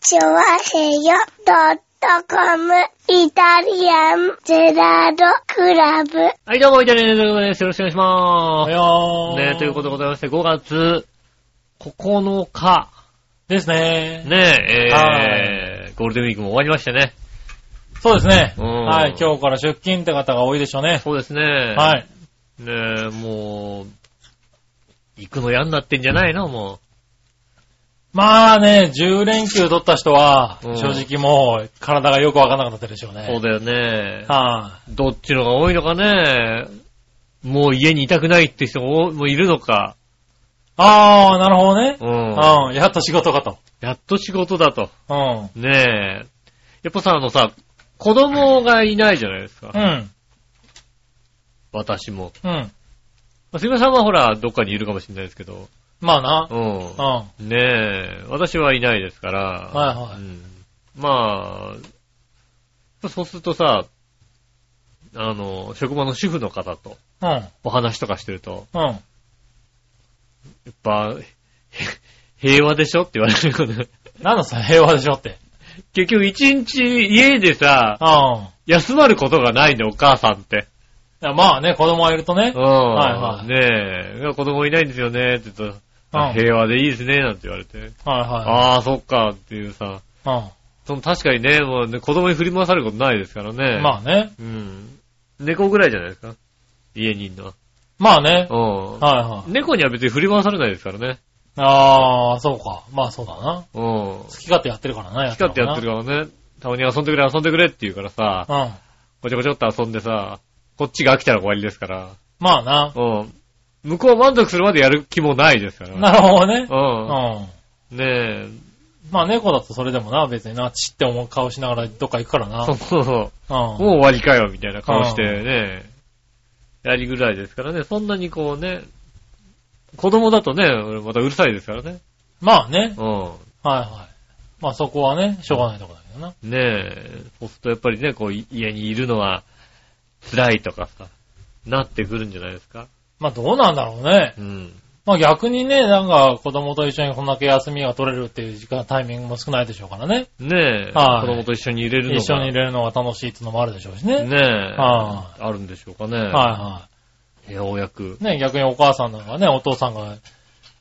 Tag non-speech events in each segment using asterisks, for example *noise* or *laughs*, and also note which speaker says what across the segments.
Speaker 1: チョワヘヨドットコムイタリアンゼラードクラブ。
Speaker 2: はい、どうも、イタリアンジェラードです。よろしくお願いしま
Speaker 3: およ
Speaker 2: す。
Speaker 3: ー。
Speaker 2: ねということでございまして、5月9日、
Speaker 3: ですね。
Speaker 2: ね
Speaker 3: は
Speaker 2: えー、ゴールデンウィークも終わりましてね。
Speaker 3: そうですね。
Speaker 2: うん
Speaker 3: はい、今日から出勤って方が多いでしょうね。
Speaker 2: そうですね。
Speaker 3: はい。
Speaker 2: い。ねえ、もう、行くの嫌になってんじゃないのも
Speaker 3: まあね、10連休取った人は、
Speaker 2: うん
Speaker 3: 正直もう体がよくわかんなくなってるでしょう
Speaker 2: う。
Speaker 3: ね。
Speaker 2: そうだよね。
Speaker 3: は
Speaker 2: どっちのが多いのかね。もう家にいたくないって人ももういるのか。
Speaker 3: い。ああ、なるほどね
Speaker 2: う。ん。
Speaker 3: うん、やっと仕事かと。
Speaker 2: やっと仕事だと。
Speaker 3: うん。
Speaker 2: ねえ。やっぱさ、あのさ、子供がいないじゃないですか
Speaker 3: う。ん。
Speaker 2: 私も。
Speaker 3: うん。
Speaker 2: まあすみませんはほら、どっかにいるかもしれないですけど。
Speaker 3: まあな。
Speaker 2: うん。
Speaker 3: うん。は
Speaker 2: ねえ、私はいないですから。
Speaker 3: はいはい
Speaker 2: うんまあ、そうするとさ、あの、職場の主婦の方と
Speaker 3: い。うん。
Speaker 2: お話とかしてると、
Speaker 3: うん。
Speaker 2: やっぱ、へ平和でしょって言われること。
Speaker 3: なんだそれ平和でしょって。
Speaker 2: 結局一日家でさ、
Speaker 3: うん。い
Speaker 2: 休まることがないんだよ、お母さんって。
Speaker 3: やまあね、子供がいるとね
Speaker 2: うん。。
Speaker 3: はいはい
Speaker 2: ねえいや、子供いないんですよね、って言うと、
Speaker 3: うん
Speaker 2: 平和でいいですね、なんて言われて。
Speaker 3: は
Speaker 2: ああ、そっか、っていうさ。
Speaker 3: いは
Speaker 2: その確かにね、もうね、子供に振り回されることないですから
Speaker 3: い。う
Speaker 2: ね。
Speaker 3: ん。まあね。
Speaker 2: うん。猫ぐらいじゃないですか。家にいるの
Speaker 3: まあね。
Speaker 2: は。
Speaker 3: はいは
Speaker 2: う
Speaker 3: い。
Speaker 2: ん。猫には別に振り回されないですからね。
Speaker 3: ああ、そうか。まあそうだな。
Speaker 2: うん。
Speaker 3: 好き勝手やってるからな、
Speaker 2: 好き勝手やってる
Speaker 3: か
Speaker 2: からね。たまに遊んでくれ、遊んでくれって言うからさ、
Speaker 3: ら。うん。
Speaker 2: ごちゃごちゃっと遊んでさ、こっちが飽きたら終わりですから。
Speaker 3: まあな。
Speaker 2: うん。向こう満足するまでやる気もないですから。
Speaker 3: なるほどね。う。
Speaker 2: うんん。ねえ。
Speaker 3: まあ猫だとそれでもな、別にな、チって思う顔しながらどっか行くからな。
Speaker 2: そうそうそう。
Speaker 3: うん。
Speaker 2: もう終わりかよ、みたいな顔してね、やりぐらいですからね、そんなにこうね、子供だとね、俺またうるさいですからね。
Speaker 3: まあね。
Speaker 2: う
Speaker 3: はいはい。まあそこはね、しょうがないとこだけどな。
Speaker 2: ん。ねえ、そうするとやっぱりね、こうい家にいるのは辛いとかさ、なってくるんじゃないですか。
Speaker 3: まあどうなんだろうね。
Speaker 2: うん。
Speaker 3: まあ逆にね、なんか子供と一緒にこんだけ休みが取れるっていう時間、タイミングも少ないでしょうからね。
Speaker 2: ねえ、
Speaker 3: はい
Speaker 2: 子供と一緒にいれるのが
Speaker 3: 一緒に入れるのが楽しいっていうのもあるでしょうしね。
Speaker 2: ねえ、
Speaker 3: は
Speaker 2: あるんでしょうかね。
Speaker 3: いは
Speaker 2: ようやく。
Speaker 3: い。ね、逆にお母さんなんかね、お父さんが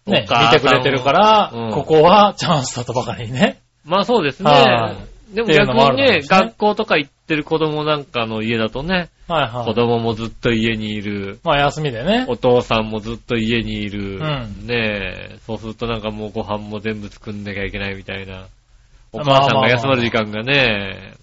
Speaker 3: ね、
Speaker 2: お母さん
Speaker 3: 見てくれてるから、
Speaker 2: うん
Speaker 3: ここはチャンスだとばかりにね。
Speaker 2: まあそうです
Speaker 3: は
Speaker 2: ね。でも逆
Speaker 3: っていうのもあ
Speaker 2: に
Speaker 3: るだろ
Speaker 2: ね
Speaker 3: うしね
Speaker 2: 学校とか行ってる子供なんかの家だとね、
Speaker 3: はいはい。
Speaker 2: 子供もずっと家にいる。
Speaker 3: まあ休みでね。
Speaker 2: お父さんもずっと家にいる。
Speaker 3: うん
Speaker 2: ねえ。そうするとなんかもうご飯も全部作んなきゃいけないみたいな。お
Speaker 3: まあ
Speaker 2: 母さんが休まる時間がね、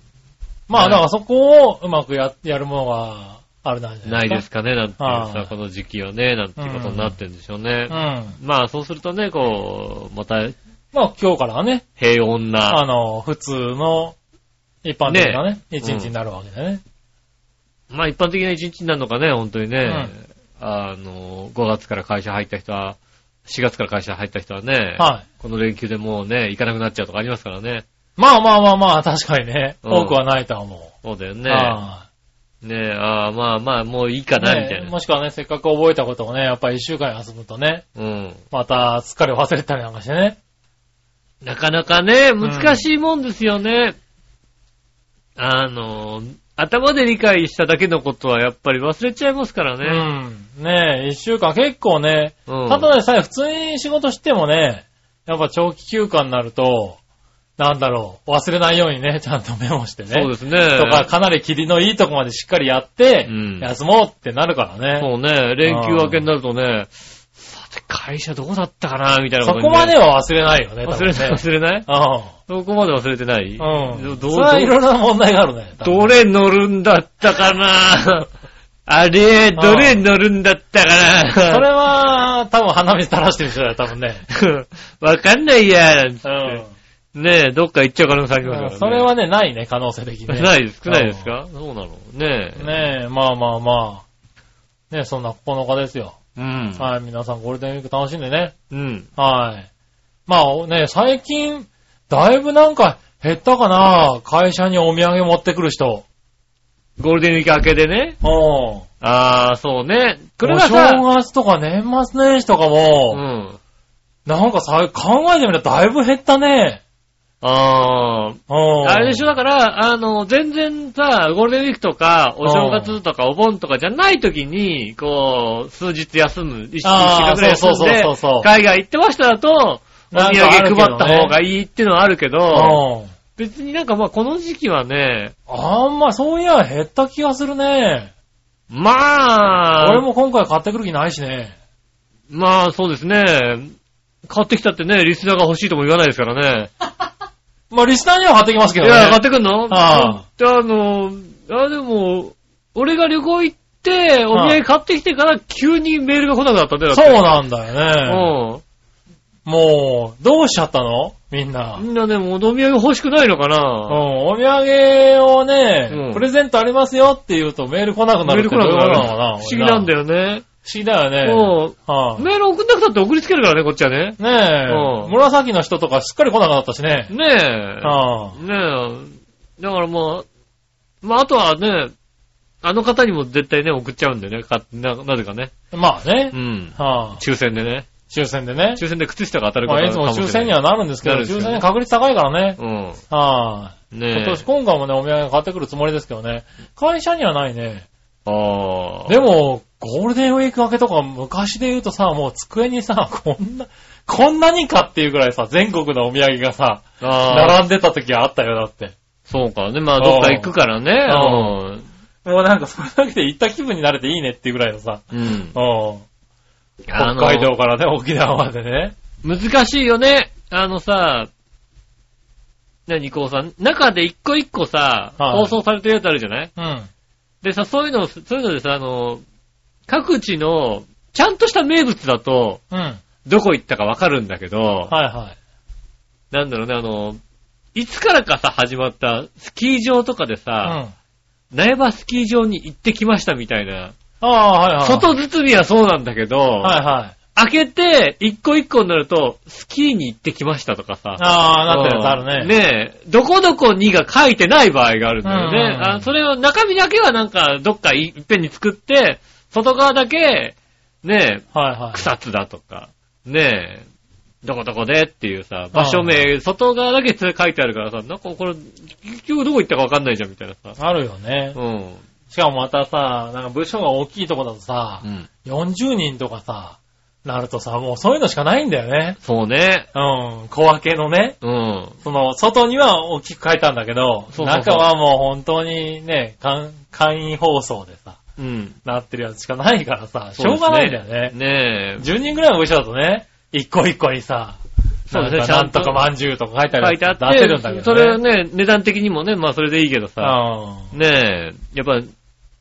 Speaker 3: ま
Speaker 2: は
Speaker 3: あ
Speaker 2: い
Speaker 3: だからそこをうまくややるものがあるなんじゃな
Speaker 2: ないいで
Speaker 3: ですすか。
Speaker 2: かね、なんていう
Speaker 3: は
Speaker 2: さ
Speaker 3: い、
Speaker 2: この時期はね、なんていうことになってるんでしょうね。
Speaker 3: うん。
Speaker 2: まあそうするとね、こう、また
Speaker 3: まあ今日からはね、
Speaker 2: 平穏な、
Speaker 3: あの、普通の一般的なね、一日になるわけだよね。
Speaker 2: まあ一般的な一日になるのかね、本当にね。
Speaker 3: う
Speaker 2: あの、5月から会社入った人は、4月から会社入った人はね、
Speaker 3: はい。
Speaker 2: この連休でもうね、行かなくなっちゃうとかありますからね。
Speaker 3: まあまあまあまあ、確かにね、
Speaker 2: うん
Speaker 3: 多くはないとは思
Speaker 2: そうだよ
Speaker 3: う。
Speaker 2: ね。
Speaker 3: は
Speaker 2: ねえ、ああ、まあまあ、もういいか
Speaker 3: い
Speaker 2: な、みたい
Speaker 3: ね
Speaker 2: な。
Speaker 3: もしくはね、せっかく覚えたことをね、やっぱり一週間休むとね、
Speaker 2: うん。
Speaker 3: またすっかり忘れたりなんかしてね。
Speaker 2: なかなかね、
Speaker 3: ん
Speaker 2: 難しいもんですよね。あの、頭で理解しただけのことはやっぱり忘れちゃいますからね。
Speaker 3: うん。ねえ、一週間結構ね、
Speaker 2: うん。
Speaker 3: ただでさえ普通に仕事してもね、やっぱ長期休暇になると、なんだろう、忘れないようにね、 *laughs* ちゃんとメモしてね。
Speaker 2: そうですね。
Speaker 3: とか、かなり霧のいいとこまでしっかりやって、
Speaker 2: うん
Speaker 3: 休もうってなるからね。
Speaker 2: そうね、連休明けになるとね、さて会社どうだったかな、みたいな
Speaker 3: そ
Speaker 2: と
Speaker 3: こ
Speaker 2: に
Speaker 3: までは忘れないよね、
Speaker 2: 忘れない、
Speaker 3: 多
Speaker 2: 忘れない
Speaker 3: 分
Speaker 2: そこまで忘れてない *laughs*
Speaker 3: ね。う
Speaker 2: ど
Speaker 3: ん。うん。
Speaker 2: ど
Speaker 3: それはいろいろな問題があるね。多分
Speaker 2: どれ乗るんだったかな *laughs* あれ、どれ乗るんだったかな
Speaker 3: それは、多分鼻水垂らしてる人だよ、多
Speaker 2: *laughs*
Speaker 3: 分ね。
Speaker 2: わかんないや、なんつっ
Speaker 3: う
Speaker 2: て
Speaker 3: ん。。
Speaker 2: ねえ、どっか行っちゃう可能性ありますからね。
Speaker 3: それはね、ないね、可能性的にね。
Speaker 2: 少ないです、少ないですかそうなのね
Speaker 3: う
Speaker 2: え。
Speaker 3: ん。ねえ、まあまあまあ。ねえ、そんな9日ですよ。
Speaker 2: うん。
Speaker 3: はい、皆さんゴールデンウィーク楽しんでね。
Speaker 2: うん。
Speaker 3: はい。まあね、最近、だいぶなんか減ったかな会社にお土産持ってくる人。
Speaker 2: ゴールデンウィーク明けでね。
Speaker 3: うん。こ
Speaker 2: あー、そうね。これ
Speaker 3: れ
Speaker 2: がさ、
Speaker 3: 正月とか年末年始とか
Speaker 2: う
Speaker 3: も、
Speaker 2: ん。
Speaker 3: なんかさ、考えてみればだいぶ減ったね。
Speaker 2: あー。
Speaker 3: おー
Speaker 2: あれでしょだから、あの、全然さ、ゴールデンウィークとか、お正月とか、お盆とかじゃない時に、こう、数日休む、一週
Speaker 3: あー
Speaker 2: 間ぐらい休んで
Speaker 3: そうそうそうそう、
Speaker 2: 海外行ってましただと、お土
Speaker 3: なん
Speaker 2: 産
Speaker 3: かあ
Speaker 2: 配っ
Speaker 3: るけどね
Speaker 2: た方がいいっていうのはあるけど、
Speaker 3: うん
Speaker 2: 別になんかまあこの時期はね、
Speaker 3: あんまそういや減った気がするね。
Speaker 2: まあ、
Speaker 3: 俺も今回買ってくる気ないしね。
Speaker 2: まあそうですね、買ってきたってね、リスナーが欲しいとも言わないですからね。
Speaker 3: まあリスナーには買ってきますけど
Speaker 2: い
Speaker 3: ね。
Speaker 2: や、買ってくんの
Speaker 3: あ
Speaker 2: であの、あ、でも、俺が旅行行って、お土産買ってきてから急にメールが来なくなったんだよ。だっ
Speaker 3: そ
Speaker 2: て
Speaker 3: うなんだよね。
Speaker 2: う
Speaker 3: もう、どうしちゃったのみんな。
Speaker 2: ん。みんなね、もうお土産欲しくないのか
Speaker 3: うん
Speaker 2: な、
Speaker 3: お土産をね、
Speaker 2: うん
Speaker 3: プレゼントありますよって言うとメール来なく
Speaker 2: メ
Speaker 3: な
Speaker 2: ー
Speaker 3: る
Speaker 2: ル
Speaker 3: って
Speaker 2: 来
Speaker 3: どう
Speaker 2: な
Speaker 3: い
Speaker 2: くなる
Speaker 3: うことな
Speaker 2: の
Speaker 3: のかな
Speaker 2: 不思議なんだ
Speaker 3: よ。
Speaker 2: よね。
Speaker 3: 不思議だよね。
Speaker 2: も
Speaker 3: は
Speaker 2: う
Speaker 3: い
Speaker 2: ん。メール送んなくたって送りつけるからね、こっちはね。
Speaker 3: ね
Speaker 2: う
Speaker 3: え、
Speaker 2: ん
Speaker 3: 紫の人とかすっかり来なくなったしね。
Speaker 2: ねえ。
Speaker 3: は
Speaker 2: ねえ。だからまあ、まああとはね、あの方にも絶対ね、送っちゃうんでね、かななぜかね。
Speaker 3: あまあね
Speaker 2: う。ん。
Speaker 3: はあ
Speaker 2: 抽選でね。
Speaker 3: 抽選でね。
Speaker 2: 抽選で靴下が当たる
Speaker 3: ま
Speaker 2: か
Speaker 3: あ、
Speaker 2: ら
Speaker 3: いつも抽選にはなるんですけど、
Speaker 2: なるんです
Speaker 3: 抽
Speaker 2: よね
Speaker 3: 選に確率高いからね。
Speaker 2: うん。
Speaker 3: はあ、
Speaker 2: ね
Speaker 3: 今
Speaker 2: え
Speaker 3: 年、。今回もね、お土産買ってくるつもりですけどね。会社にはないね。
Speaker 2: ああ。
Speaker 3: でも、ゴールデンウィーク明けとか昔で言うとさ、もう机にさ、こんな、こんなにかっていうぐらいさ、全国のお土産がさ、
Speaker 2: ああ。
Speaker 3: 並んでた時あったよ、だって。
Speaker 2: そうか。ね、まあ、どっか行くからね。
Speaker 3: もうなんかそれだけで行った気分になれていいねっていうぐらいのさ、
Speaker 2: うん。うん
Speaker 3: う
Speaker 2: あ
Speaker 3: ん。北
Speaker 2: の
Speaker 3: 海道からね、沖縄までね。
Speaker 2: 難しいよね。あのさ、何こうさ、中で一個一個さ、
Speaker 3: はい
Speaker 2: 放送されてるやつあるじゃない
Speaker 3: うん。
Speaker 2: でさ、そういうの、そういうのでさ、あの、各地の、ちゃんとした名物だと、
Speaker 3: うん。はい
Speaker 2: どこ行ったかわかるんだけど、
Speaker 3: はい。
Speaker 2: なんだろうね、あの、いつからかさ、始まった、スキー場とかで
Speaker 3: う
Speaker 2: さ、
Speaker 3: ん。
Speaker 2: 苗場スキー場に行ってきましたみたいな、
Speaker 3: ああ、はいはい。
Speaker 2: 外包みはそうなんだけど、
Speaker 3: はいはい。
Speaker 2: 開けて、一個一個になると、スキーに行ってきましたとかさ。
Speaker 3: ああ、なってるやつあるね。
Speaker 2: ねえ、どこどこにが書いてない場合があるんだよね。
Speaker 3: うんうんうん
Speaker 2: あそれを中身だけはなんか、どっかいいっぺんに作って、外側だけ、ねえ、
Speaker 3: はいはい。
Speaker 2: 草津だとか、ねえ、どこどこでっていうさ、場所名、外側だけ書いてあるからさ、なんかこれ、結局どこ行ったかわかんないじゃんみたいなさ。
Speaker 3: あるよね
Speaker 2: う。ん。
Speaker 3: しかもまたさ、なんか部署が大きいとこだとさ
Speaker 2: う、ん。
Speaker 3: 40人とかさ、なるとさ、もうそういうのしかないんだよね。
Speaker 2: そうね。
Speaker 3: うん、小分けのね。
Speaker 2: うん。
Speaker 3: その、外には大きく書いたんだけど、
Speaker 2: そうそうそう
Speaker 3: 中はもう本当にね、簡簡易放送でさ、
Speaker 2: うん。
Speaker 3: なってるやつしかないからさ、しょうがないんだよね。
Speaker 2: ねえ。
Speaker 3: 10人ぐらいの部署だとね、一個一個にさ、
Speaker 2: そうですね
Speaker 3: なん
Speaker 2: ちゃ
Speaker 3: かなんん
Speaker 2: と
Speaker 3: とかまんじゅうとか書いてあ
Speaker 2: 書
Speaker 3: る
Speaker 2: いてあ
Speaker 3: や
Speaker 2: っ
Speaker 3: つなってるんだけど
Speaker 2: て、
Speaker 3: ね。
Speaker 2: それね、値段的にもね、まあそれでいいけど
Speaker 3: う
Speaker 2: さ。
Speaker 3: ん。
Speaker 2: ねえ、やっぱ、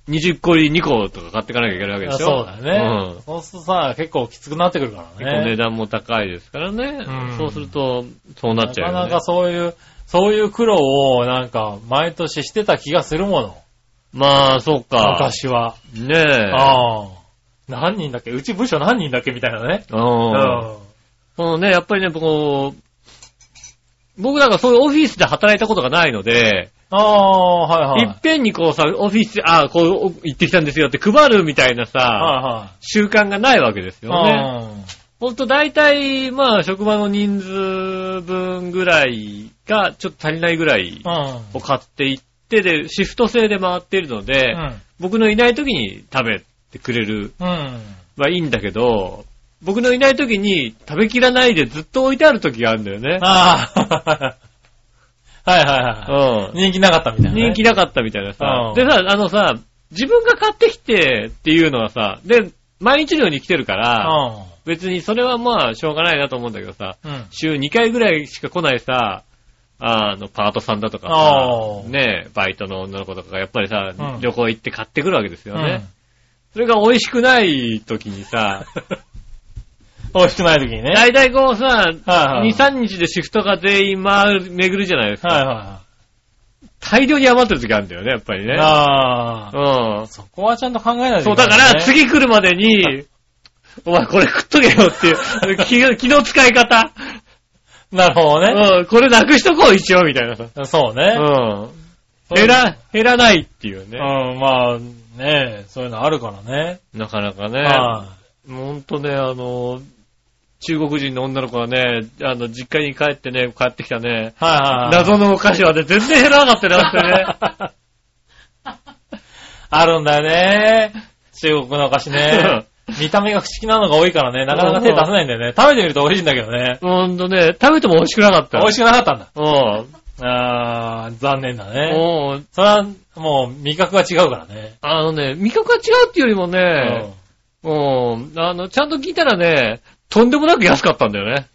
Speaker 2: 20個入り2個とか買ってかなきゃいけないわけでしょ
Speaker 3: そうだよね。
Speaker 2: うん。
Speaker 3: そうするとさ、結構きつくなってくるからね。
Speaker 2: 結構値段も高いですからね。
Speaker 3: うん
Speaker 2: そうすると、そうなっちゃうよね。
Speaker 3: なかなかそういう、そういう苦労をなんか毎年してた気がするもの。
Speaker 2: まあ、そうか。
Speaker 3: 昔は。
Speaker 2: ねえ。
Speaker 3: ああ。何人だっけうち部署何人だっけみたいなね。
Speaker 2: う。
Speaker 3: うん
Speaker 2: そのね、やっぱりね、こう、僕なんかそういうオフィスで働いたことがないので、
Speaker 3: ああ、は
Speaker 2: い、
Speaker 3: いはい
Speaker 2: っ。ぺんにこうさ、オフィス、あこう、行ってきたんですよって配るみたいなさ、
Speaker 3: は
Speaker 2: 習慣がないわけです
Speaker 3: い
Speaker 2: よね。
Speaker 3: はい。うん
Speaker 2: ほんと大体、まあ、職場の人数分ぐらいが、ちょっと足りないぐらいを買っていって、で、シフト制で回っているので、僕のいない時に食べてくれる
Speaker 3: うん。うん。
Speaker 2: はいいんだけど、僕のいない時に食べきらないでずっと置いてある時があるんだよね。
Speaker 3: ああ。 *laughs* はいはいはい。
Speaker 2: う
Speaker 3: 人気なかったみたい
Speaker 2: ん。
Speaker 3: なね。
Speaker 2: 人気なかったみたいなさ
Speaker 3: う。ん
Speaker 2: でさ、あのさ、自分が買ってきてっていうのはさ、で、毎日のように来てるから、
Speaker 3: う
Speaker 2: 別にそれはまあ、しょうがないなと思うんだけどさ、
Speaker 3: ん。うん。
Speaker 2: 週2回ぐらいしか来ないさ、あの、パートさんだとか
Speaker 3: あ
Speaker 2: さ、
Speaker 3: ー
Speaker 2: ねえ、バイトの女の子とかがやっぱりさ、
Speaker 3: うん
Speaker 2: 旅行行って買ってくるわけですよね。それが美味しくない時にさ、
Speaker 3: *laughs* うん。美味しくない時にね。
Speaker 2: 大体こうさ、
Speaker 3: はいはい
Speaker 2: 2、3日でシフトが全員回る、巡るじゃないですか。
Speaker 3: はいはいは
Speaker 2: 大量に余ってる時あるんだよね、やっぱり
Speaker 3: い。
Speaker 2: ね。
Speaker 3: ああ。
Speaker 2: うん。
Speaker 3: そこはちゃんと考えないと
Speaker 2: そ、
Speaker 3: いうけな
Speaker 2: だ
Speaker 3: いね
Speaker 2: から、次来るまでに、お前これ食っとけよっていう、気の気の使い方。
Speaker 3: なるほどね。
Speaker 2: うん、これなくしとこう、一応、みたいなさ。
Speaker 3: そうね。
Speaker 2: うん。
Speaker 3: そうい
Speaker 2: 減
Speaker 3: う
Speaker 2: ら、減らないっていうね。
Speaker 3: うん、まあ、ねそういうのあるからね。
Speaker 2: なかなか
Speaker 3: はい
Speaker 2: ね、ほんとね、あの、中国人の女の子がね、あの、実家に帰ってね、帰ってきたね、
Speaker 3: はいはいはい。
Speaker 2: 謎のお菓子はね、全然減らなかったね、あってね。
Speaker 3: あるんだよね。中国のお菓子 *laughs* ね。
Speaker 2: *laughs*
Speaker 3: 見た目が不思議なのが多いからね、なかなか手出せないんだよね。食べてみると美味しいんだけどね。
Speaker 2: ほんとね、食べても美味しくなかった。
Speaker 3: 美味しくなかったんだ。
Speaker 2: うん。
Speaker 3: あー、残念だね。
Speaker 2: もう、
Speaker 3: それは、もう、味覚が違うからね。
Speaker 2: あのね、味覚が違うっていうよりも
Speaker 3: う
Speaker 2: ね
Speaker 3: ん、
Speaker 2: うん、あの、ちゃんと聞いたらね、とんでもなく安かったんだよね。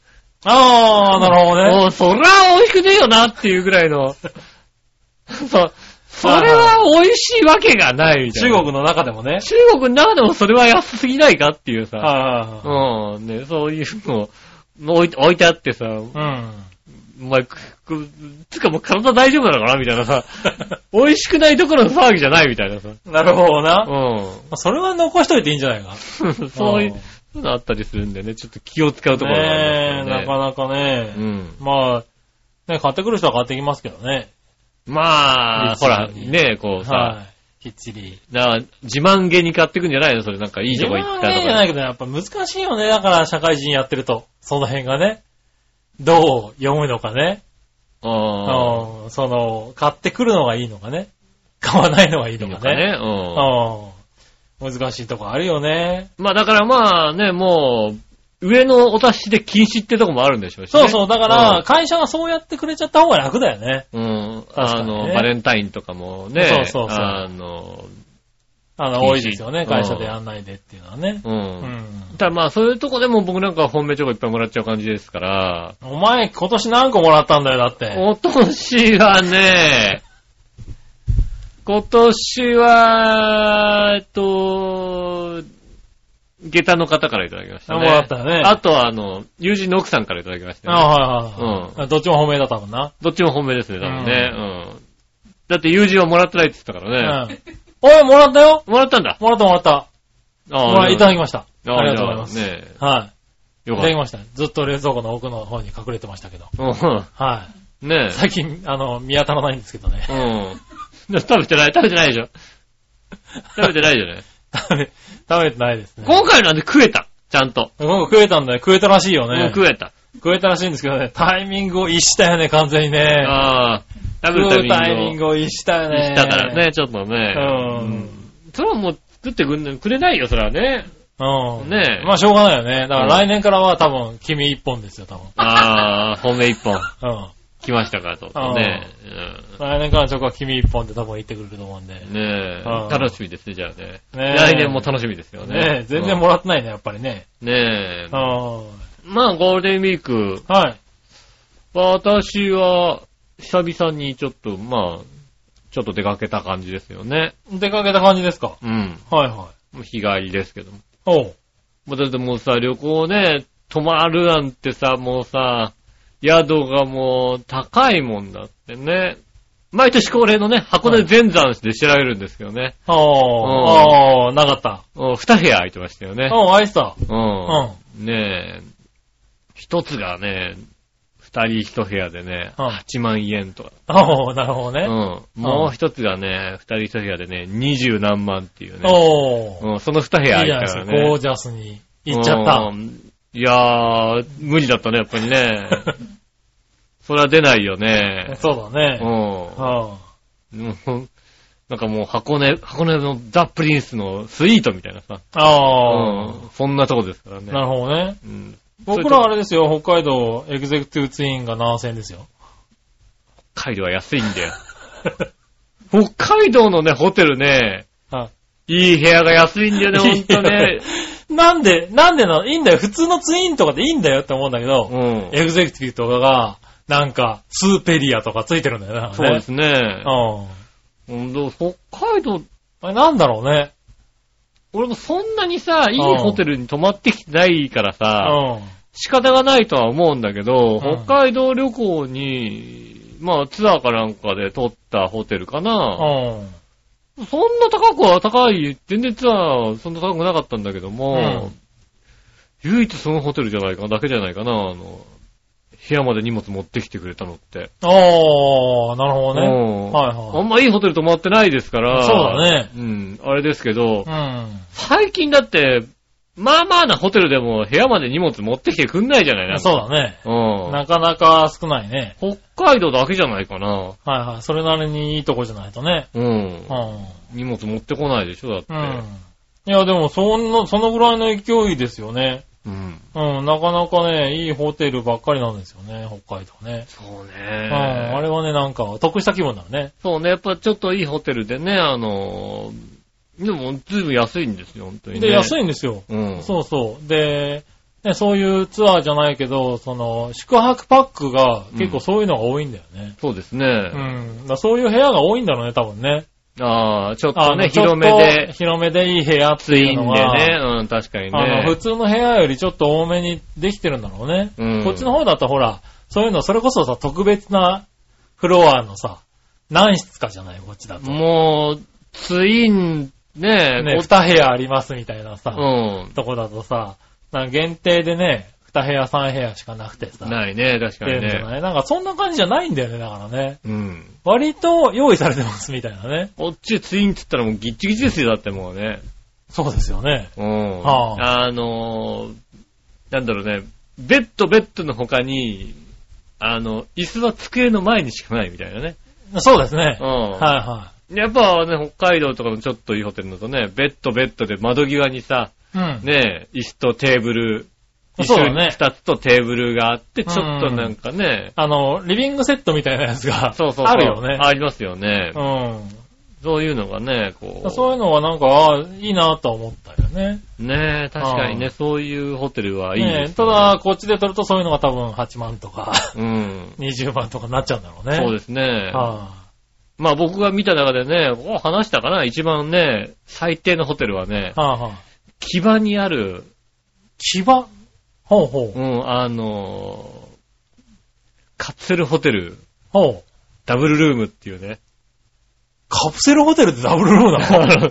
Speaker 3: あー、なるほどね。
Speaker 2: もう、そりゃ美味しくねえよなっていうぐらい
Speaker 3: *laughs*
Speaker 2: の。そう。それは美味しいわけがないみたい
Speaker 3: 中
Speaker 2: な。
Speaker 3: 国の中でもね。
Speaker 2: 中国の中でもそれは安すぎないかっていうさ、
Speaker 3: はいは
Speaker 2: うん、ね、そういうのを置い置いてあってさ、
Speaker 3: いはい
Speaker 2: お前、くくつかもう体大丈夫なのかなみたいな
Speaker 3: *laughs*
Speaker 2: さ、美味しくないところの騒ぎじゃないみたいなさ、
Speaker 3: うん。なるほどな。
Speaker 2: う
Speaker 3: それは残しといていいんじゃないか。
Speaker 2: ん。そういうのあったりするんでね、ちょっと気を使うところがあ
Speaker 3: ねえ、
Speaker 2: ります
Speaker 3: な
Speaker 2: よね。
Speaker 3: かなかね。
Speaker 2: うん。
Speaker 3: まあ、ね、買ってくる人は買ってきますけどね。
Speaker 2: まあ、
Speaker 3: 律
Speaker 2: ほら、
Speaker 3: 儀に
Speaker 2: ねこうさ、
Speaker 3: はい。きっちり。
Speaker 2: な自慢げに買ってくんじゃないのそれなんかいいとこ行ったとか。
Speaker 3: 自分はねじゃないけど、やっぱ難しいよね。だから、社会人やってると。その辺がね。どう読むのかね。
Speaker 2: ああ。
Speaker 3: うんその、買ってくるのがいいのかね。買わないのがいい
Speaker 2: いい
Speaker 3: の
Speaker 2: の
Speaker 3: か
Speaker 2: か
Speaker 3: ね。
Speaker 2: ね。うん。
Speaker 3: うん難しいとこあるよね。
Speaker 2: まあだからまあね、もう、上のお達しで禁止ってとこもあるんでしょうし、ね。
Speaker 3: そうそう。だから、会社がそうやってくれちゃった方が楽だよね。
Speaker 2: うん。うん。
Speaker 3: 確
Speaker 2: あ
Speaker 3: かにね
Speaker 2: の、バレンタインとかもね、
Speaker 3: そうそうそう
Speaker 2: あの、
Speaker 3: あの、
Speaker 2: 禁止
Speaker 3: 多いですよね。会社でやんないでっていうのはね。
Speaker 2: う。
Speaker 3: うんん。
Speaker 2: ただまあそういうとこでも僕なんか本命チョコいっぱいもらっちゃう感じですから、
Speaker 3: お前、今年何個もらったんだよ、だって。
Speaker 2: 今年はね、今年は、えっと、下駄の方からいただきましたね。
Speaker 3: もらったよね。
Speaker 2: あとは、あの、友人の奥さんからいただきましたね。
Speaker 3: あはいはいはい。
Speaker 2: う
Speaker 3: どっちも本命だったもんな。
Speaker 2: どっちも本命ですね、多分ね。うん。だって友人はもらってないって言ってたからね。
Speaker 3: うん。おい、もらったよ
Speaker 2: もらったんだ。
Speaker 3: もらったもらった。
Speaker 2: あ
Speaker 3: もらいただ
Speaker 2: き
Speaker 3: きました。
Speaker 2: あ
Speaker 3: ありがとうございます。
Speaker 2: じゃあね
Speaker 3: は
Speaker 2: よ
Speaker 3: い。
Speaker 2: か
Speaker 3: いただき
Speaker 2: っ
Speaker 3: ました。ずっと冷蔵庫の奥の方に隠れてましたけど。
Speaker 2: た。
Speaker 3: は
Speaker 2: うん。ね
Speaker 3: い。最近、あの、見当たらないんですけどね *laughs*
Speaker 2: え。。うん。 *laughs* 食べてない、食べてないでしょ。食べてないじゃない。
Speaker 3: 食べ、食べてないですね。
Speaker 2: 今回なんで食えた。ちゃんと。
Speaker 3: ご飯食えたんだよ。食えたらしいよ
Speaker 2: もう
Speaker 3: ね。
Speaker 2: 食えた。
Speaker 3: 食えたらしいんですけどね。タイミングを逸したよね、完全にね。
Speaker 2: ああ。食べ
Speaker 3: 食
Speaker 2: る
Speaker 3: う
Speaker 2: タ
Speaker 3: タ
Speaker 2: イ
Speaker 3: イ
Speaker 2: ミ
Speaker 3: ミ
Speaker 2: ン
Speaker 3: ン
Speaker 2: グを。
Speaker 3: グを逸したよ
Speaker 2: し
Speaker 3: ね。
Speaker 2: たから。ね、ちょっとね。
Speaker 3: うん。
Speaker 2: それはもう食ってくんなくれないよ、それはね。
Speaker 3: うん。
Speaker 2: ねえ
Speaker 3: まあ、しょうがないよね。だから来年からは多分、君一本ですよ、多分。
Speaker 2: ああ、本命一本。
Speaker 3: うん。
Speaker 2: 来ましたか、と。ね。うん
Speaker 3: 来年からのチョコは君一本で多分言ってくれると思うんで。ね
Speaker 2: ねえ
Speaker 3: うん、
Speaker 2: 楽しみですね、じゃあね。
Speaker 3: ねえ
Speaker 2: 来年も楽しみですよね。
Speaker 3: え、全然もらってないね、やっぱりね。
Speaker 2: うんねえ
Speaker 3: う。ん。
Speaker 2: まあ、ゴールデンウィーク、
Speaker 3: はい。
Speaker 2: 私は、久々にちょっと、まあ、ちょっと出かけた感じですよね。
Speaker 3: 出かけた感じですか
Speaker 2: うん。
Speaker 3: はいはい。
Speaker 2: 日帰りですけども。
Speaker 3: おう。
Speaker 2: もうだってもうさ、旅行ね、泊まるなんてさ、もうさ、宿がもう高いもんだってね。毎年恒例のね、箱根全山で調べるんですけどね。
Speaker 3: ああ、ああ、なかった。
Speaker 2: うん二部屋空いてましたよね。
Speaker 3: うん、アイスだ。
Speaker 2: うん。
Speaker 3: う
Speaker 2: ねえ、一つがね、二人一部屋でね、
Speaker 3: うん
Speaker 2: 8万円とか。
Speaker 3: ん。おう、なるほど
Speaker 2: う
Speaker 3: ね。
Speaker 2: ん。もう一つがね、二人一部屋でね、二十何万っていうね。
Speaker 3: おう。
Speaker 2: うん、その二部
Speaker 3: いいじ
Speaker 2: 屋
Speaker 3: ゃ
Speaker 2: 空い
Speaker 3: な
Speaker 2: た
Speaker 3: いで
Speaker 2: か
Speaker 3: すから
Speaker 2: ね。
Speaker 3: ゴージャスに行っちゃった
Speaker 2: う。ん。いやー、無理だったね、やっぱりね。それは出ないよ
Speaker 3: *laughs*
Speaker 2: ね。
Speaker 3: *laughs* そうだ
Speaker 2: う
Speaker 3: ね。
Speaker 2: ん。
Speaker 3: うん。
Speaker 2: うんなんかもう箱根、箱根のザ・プリンスのスイートみたいなさ。
Speaker 3: ああ、
Speaker 2: うんそんなとこですからね。
Speaker 3: なるほどね。
Speaker 2: うん
Speaker 3: 僕らあれですよ、北海道エグゼクティブツインが7000円ですよ。
Speaker 2: 北海道は安いん
Speaker 3: *laughs*
Speaker 2: だよ。北海道のね、ホテルね、
Speaker 3: はい
Speaker 2: い部屋が安いんだよね、ほんと
Speaker 3: *laughs*
Speaker 2: ね。
Speaker 3: い。なんで、なんでなのいいんだよ。普通のツインとかでいいんだよって思うんだけど、
Speaker 2: うん。
Speaker 3: エグゼクティブとかが、なんか、スーペリアとかついてるんだよねなんか
Speaker 2: そう
Speaker 3: ね。
Speaker 2: ですね。
Speaker 3: うん。
Speaker 2: うんどう北海道、
Speaker 3: あれなんだろうね。
Speaker 2: 俺もそんなにさ、いい
Speaker 3: うん
Speaker 2: ホテルに泊まってきてないから
Speaker 3: う
Speaker 2: さ、
Speaker 3: ん。
Speaker 2: 仕方がないとは思うんだけど、
Speaker 3: うん
Speaker 2: 北海道旅行に、まあツアーかなんかで取ったホテルかな。
Speaker 3: うん。
Speaker 2: そんな高くは高い、全然ツアーそんな高くなかったんだけども、唯一そのホテルじゃないかな、だけじゃないかな、あの、部屋まで荷物持ってきてくれたのって。
Speaker 3: ああ、なるほどね。
Speaker 2: うん
Speaker 3: はい
Speaker 2: あ
Speaker 3: はい。
Speaker 2: んまいいホテル泊まってないですから。
Speaker 3: そうだね
Speaker 2: うん。あれですけど
Speaker 3: う、ん。
Speaker 2: 最近だって、まあまあなホテルでも部屋まで荷物持ってきてくんないじゃないなんか
Speaker 3: そうだね。
Speaker 2: うん。
Speaker 3: なかなか少ないね。
Speaker 2: 北海道だけじゃないかな。
Speaker 3: はいはい。それなりにいいとこじゃないとね。
Speaker 2: うん。
Speaker 3: うん。
Speaker 2: 荷物持ってこないでしょ、だって。
Speaker 3: うん。いや、でも、そんな、そのぐらいの勢いですよね。
Speaker 2: うん。
Speaker 3: うん、なかなかね、いいホテルばっかりなんですよね、北海道ね。
Speaker 2: そう
Speaker 3: うん、あ
Speaker 2: ね。
Speaker 3: れはね、なんか、得した気分だよね。
Speaker 2: そうね、やっぱちょっといいホテルでね、あのー、でも、ずいぶん安いんですよ、本当にね。
Speaker 3: で、安
Speaker 2: い。
Speaker 3: いんですよ。
Speaker 2: うん。
Speaker 3: そうそう。で、ね、そういうツアーじゃないけど、その、宿泊パックが結構そういうのが多いんだよね。
Speaker 2: そうです
Speaker 3: う
Speaker 2: ね。
Speaker 3: ん。だからそういう部屋が多いんだろうね、多分ね。
Speaker 2: ああ、ちょっ
Speaker 3: あ
Speaker 2: と
Speaker 3: の
Speaker 2: ね、
Speaker 3: ちょっと
Speaker 2: 広めで、
Speaker 3: 広めでいい部屋って
Speaker 2: ツ
Speaker 3: い
Speaker 2: イ
Speaker 3: う
Speaker 2: ン
Speaker 3: の
Speaker 2: で
Speaker 3: は。
Speaker 2: ね。うん、確かに
Speaker 3: あの、普
Speaker 2: ね。
Speaker 3: 通の部屋よりちょっと多めにできてるんだろうね。
Speaker 2: うん
Speaker 3: こっちの方だとほら、そういうの、それこそさ、特別なフロアのさ、何室かじゃない、こっちだと。ね、
Speaker 2: もう、ツイン、ねえ、
Speaker 3: 2部屋ありますみたいなさ、
Speaker 2: こ
Speaker 3: とこだとさ、なんか限定でね、2部屋、3部屋しかなくて
Speaker 2: う
Speaker 3: さ、
Speaker 2: ん。ないね、確か
Speaker 3: 出る
Speaker 2: に
Speaker 3: んじゃ
Speaker 2: ね。
Speaker 3: ないなんかそんな感じじゃないんだよね、だからね。
Speaker 2: うん。
Speaker 3: 割と用意されてますみたいなね。
Speaker 2: こっちツインって言ったらもうギッチギチですよ、だってもうね。
Speaker 3: そうですよね。
Speaker 2: うん。
Speaker 3: は
Speaker 2: あ、のー、なんだろうね、ベッド、ベッドの他に、あの、椅子は机の前にしかないみたいなね。
Speaker 3: そうですね。
Speaker 2: うん。
Speaker 3: はいは
Speaker 2: やっぱね、北海道とかのちょっといいホテルだとね、ベッド、ベッドで窓際にさ、
Speaker 3: い。うん。
Speaker 2: ねえ、椅子とテーブル、椅
Speaker 3: そう
Speaker 2: 子
Speaker 3: だね
Speaker 2: 2つとテーブルがあって、ちょっとなんかね、
Speaker 3: あの、リビングセットみたいなやつ
Speaker 2: *laughs*
Speaker 3: が、
Speaker 2: そうそうそう
Speaker 3: あるよね。
Speaker 2: ありますよね。
Speaker 3: うん。
Speaker 2: そういうのがね、こ
Speaker 3: そういうのはなんか、ああいいなとは思ったよね。
Speaker 2: う、ねえ、確かに
Speaker 3: う
Speaker 2: ね、
Speaker 3: ん
Speaker 2: そういうホテルはいい
Speaker 3: ね
Speaker 2: で
Speaker 3: え
Speaker 2: す。
Speaker 3: た、だ、こっちで撮るとそういうのが多分8万とか、 *laughs*
Speaker 2: うん。
Speaker 3: 20万とかになっちゃうんだろうね。
Speaker 2: そう
Speaker 3: で
Speaker 2: ですね。
Speaker 3: は
Speaker 2: まあ僕が見た中でね、ここ話したかな一番ね、最低のホテルはね
Speaker 3: あ、、はあ、はあ、
Speaker 2: 木場にある、
Speaker 3: 千葉ほうほう
Speaker 2: う。ん、あのーカプセルホテル、
Speaker 3: ほう。
Speaker 2: ダブルルームっていうね。 *laughs*
Speaker 3: カプセルホテルでダブルルームな *laughs* の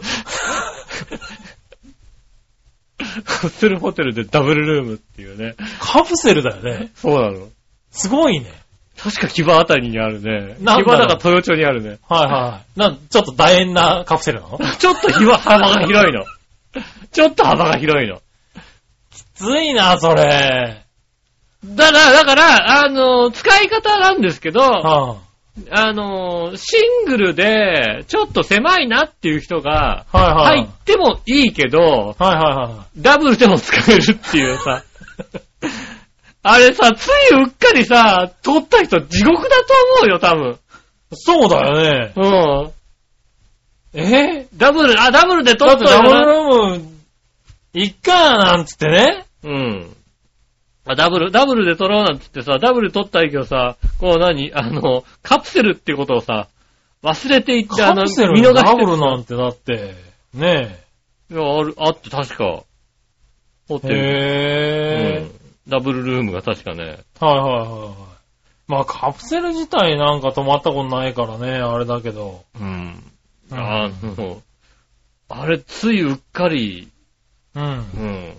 Speaker 2: カプセルホテルでダブルルームっていうね。
Speaker 3: カプセルだよね。
Speaker 2: そうなの。
Speaker 3: すごいね。
Speaker 2: 確か木場あたりにあるね。木
Speaker 3: なんだろう
Speaker 2: 場だから豊町にあるね。
Speaker 3: はいはい。なんちょっと楕円なカプセルな *laughs* の
Speaker 2: ちょっと幅が広いの。ちょっと幅が広いの。
Speaker 3: ついな、それ。
Speaker 2: だから、だから、あの、使い方なんですけど、
Speaker 3: は
Speaker 2: あのー、シングルで、ちょっと狭いなっていう人が、
Speaker 3: あ、はいはい。
Speaker 2: 入ってもいいけど、
Speaker 3: はいはいは
Speaker 2: ダブルでも使えるっていうさ。 *laughs* あれさ、ついうっかりさ、通った人地獄だと思うよ、多分。
Speaker 3: い。そうだよね。
Speaker 2: うん。
Speaker 3: え
Speaker 2: ダブル、あ、ダブルで通
Speaker 3: だ
Speaker 2: っ
Speaker 3: って
Speaker 2: た
Speaker 3: ダ
Speaker 2: よ
Speaker 3: ブ
Speaker 2: な。
Speaker 3: ルルーム、いっかなんつってね。
Speaker 2: うん。あダブル、ダブルで取ろうなんつってさ、ダブル取ったけどさ、こう何あの、カプセルっていうことをさ、忘れていって、あ
Speaker 3: カ
Speaker 2: の、
Speaker 3: プセル
Speaker 2: 見
Speaker 3: の
Speaker 2: 逃
Speaker 3: ダ
Speaker 2: し
Speaker 3: ブ
Speaker 2: て
Speaker 3: ルなんてだって、ね
Speaker 2: いや、ある、あって確か、ホ
Speaker 3: え。
Speaker 2: テル。う
Speaker 3: へ
Speaker 2: んダブルルームが確かね。
Speaker 3: ぇはいはいはいはい。まあカプセル自体なんか泊まったことないからね、あれだけど。
Speaker 2: うん。
Speaker 3: うん
Speaker 2: あの、あれ、ついうっかり、
Speaker 3: うん。
Speaker 2: うん。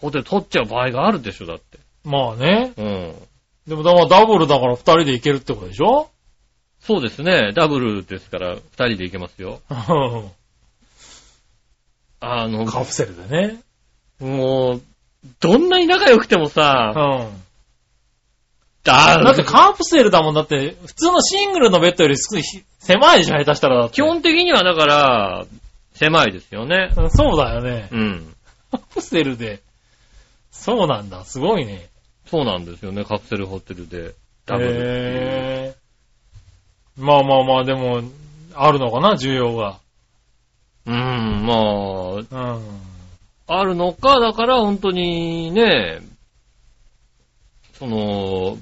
Speaker 2: ホテル取っちゃう場合があるでしょ、だって。
Speaker 3: まあね。
Speaker 2: うん。
Speaker 3: でもだからダブルだから二人で行けるってことでしょ
Speaker 2: そうですね。ダブルですから、二人で行けますよ。
Speaker 3: うん
Speaker 2: あの、
Speaker 3: カプセルでね。
Speaker 2: もう、どんなに仲良くても
Speaker 3: うん。
Speaker 2: さ、だ
Speaker 3: だってカプセルだもんだって、普通のシングルのベッドより少し狭いじゃん、下手したらだって。
Speaker 2: 基本的にはだから、狭いですよね。
Speaker 3: うんそうだよね。
Speaker 2: うん。
Speaker 3: カプセルで。そうなんだ。すごいね。
Speaker 2: そうなんですよね、カプセルホテルで。ダブルっていう。
Speaker 3: へぇまあまあまあ、でも、あるのかな、需要が。
Speaker 2: うん、ま
Speaker 3: うん。
Speaker 2: あ、あるのか、だから本当にね、その、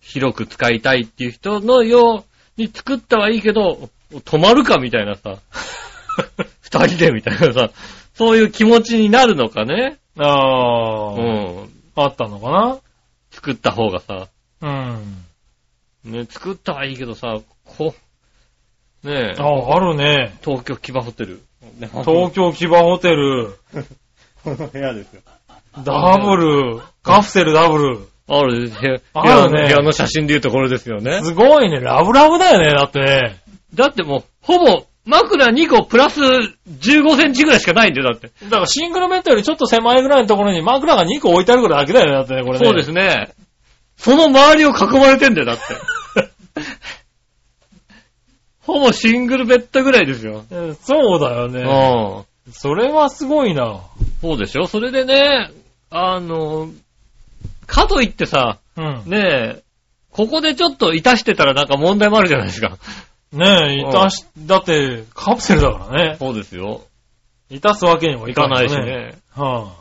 Speaker 2: 広く使いたいっていう人のように作ったはいいけど、泊まるかみたいなさ、 *laughs* 二人でみたいなさ、そういう気持ちになるのかね、
Speaker 3: あ
Speaker 2: う
Speaker 3: ー、
Speaker 2: ん、
Speaker 3: あったのか
Speaker 2: 作った方がさ、
Speaker 3: なうん。
Speaker 2: ね、作ったはいいけどさ、こ、ねえ、
Speaker 3: あ、あるね。
Speaker 2: 東京木場ホテル。
Speaker 3: 東京木場ホテル、
Speaker 2: この部屋ですよ。
Speaker 3: ダブル、カプセルダブル。
Speaker 2: ある、部屋、
Speaker 3: あるね
Speaker 2: 部屋の写真で言うところですよね。
Speaker 3: すごいね、ラブラブだよね、だってね。
Speaker 2: だってもう、ほぼ、枕2個プラス15センチぐらいしかないんだよ、だって。
Speaker 3: だからシングルベッドよりちょっと狭いぐらいのところに枕が2個置いてあるぐらいだけだよね、だってね、これね。
Speaker 2: そうですね。その周りを囲まれてんだよ、だ
Speaker 3: *laughs*
Speaker 2: って。ほぼシングルベッドぐらいですよ。
Speaker 3: うん。そうだよね。
Speaker 2: うん。
Speaker 3: それはすごいな。
Speaker 2: そうでしょそれでね、あの、かといってさ、
Speaker 3: うん。
Speaker 2: ねえ、ここでちょっといたしてたらなんか問題もあるじゃないですか。
Speaker 3: ね
Speaker 2: う
Speaker 3: え、
Speaker 2: ん
Speaker 3: いたし、だって、カプセルだからね。
Speaker 2: そうですよ。
Speaker 3: いたすわけにも
Speaker 2: 行
Speaker 3: いか
Speaker 2: か
Speaker 3: な
Speaker 2: ないい
Speaker 3: し
Speaker 2: し
Speaker 3: ね。
Speaker 2: ね。
Speaker 3: は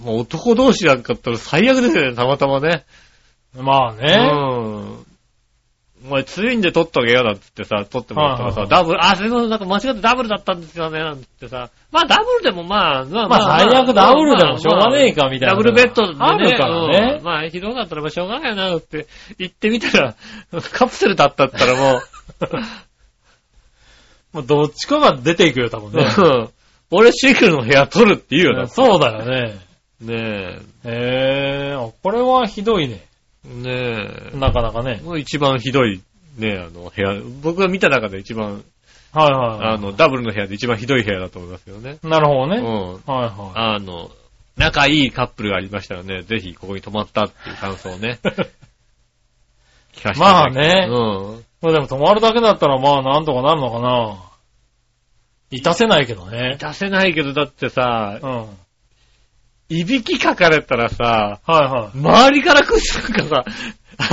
Speaker 2: もう男同士なんかだったら最悪ですよね、たまたまね。
Speaker 3: あ、まあ
Speaker 2: う
Speaker 3: ね。
Speaker 2: ん。お前、ツインで取っとけよ、なんつってさ、取ってもらったら
Speaker 3: は
Speaker 2: さ、
Speaker 3: い
Speaker 2: ダブル、あ、すいません、なんか間違ってダブルだったんですよね、なんつってさ。まあ、ダブルでもまあ、まあ
Speaker 3: まあ最悪ダブルでもしょうがねえ
Speaker 2: か
Speaker 3: かみたいな。
Speaker 2: ダブルベッドでね。
Speaker 3: あるからね
Speaker 2: うん。まあ、ひどかったらまあしょうがないな、って言ってみたら、 *laughs* カプセルだったったらも
Speaker 3: もうどっちかが出ていくよ、多分
Speaker 2: う、
Speaker 3: *laughs* ね。
Speaker 2: うん俺シングルの部屋取るって言うよな。
Speaker 3: そうだよね。
Speaker 2: ね
Speaker 3: へえ、あこれはひどいね。
Speaker 2: え。ね
Speaker 3: なかなかね
Speaker 2: え。。もう一番ひどい、ねあの、部屋。僕が見た中で一番、
Speaker 3: はいは
Speaker 2: あの、ダブルの部屋で一番ひどい部屋だと思いますけどね。
Speaker 3: い。なるほど
Speaker 2: う
Speaker 3: ね。
Speaker 2: ん。
Speaker 3: はいは
Speaker 2: あの、仲いいカップルがありましたらね、ぜひここに泊まったっていう感想をね、聞かせていただき
Speaker 3: まあね
Speaker 2: うん。
Speaker 3: い。まあでも泊まるだけだったらまあなんとかなるのかな。いたせないけどね。
Speaker 2: 出せないけど、だってさ
Speaker 3: う、ん。はい
Speaker 2: いびきかかれたらさ、
Speaker 3: はい。
Speaker 2: 周りから来るなんかさ、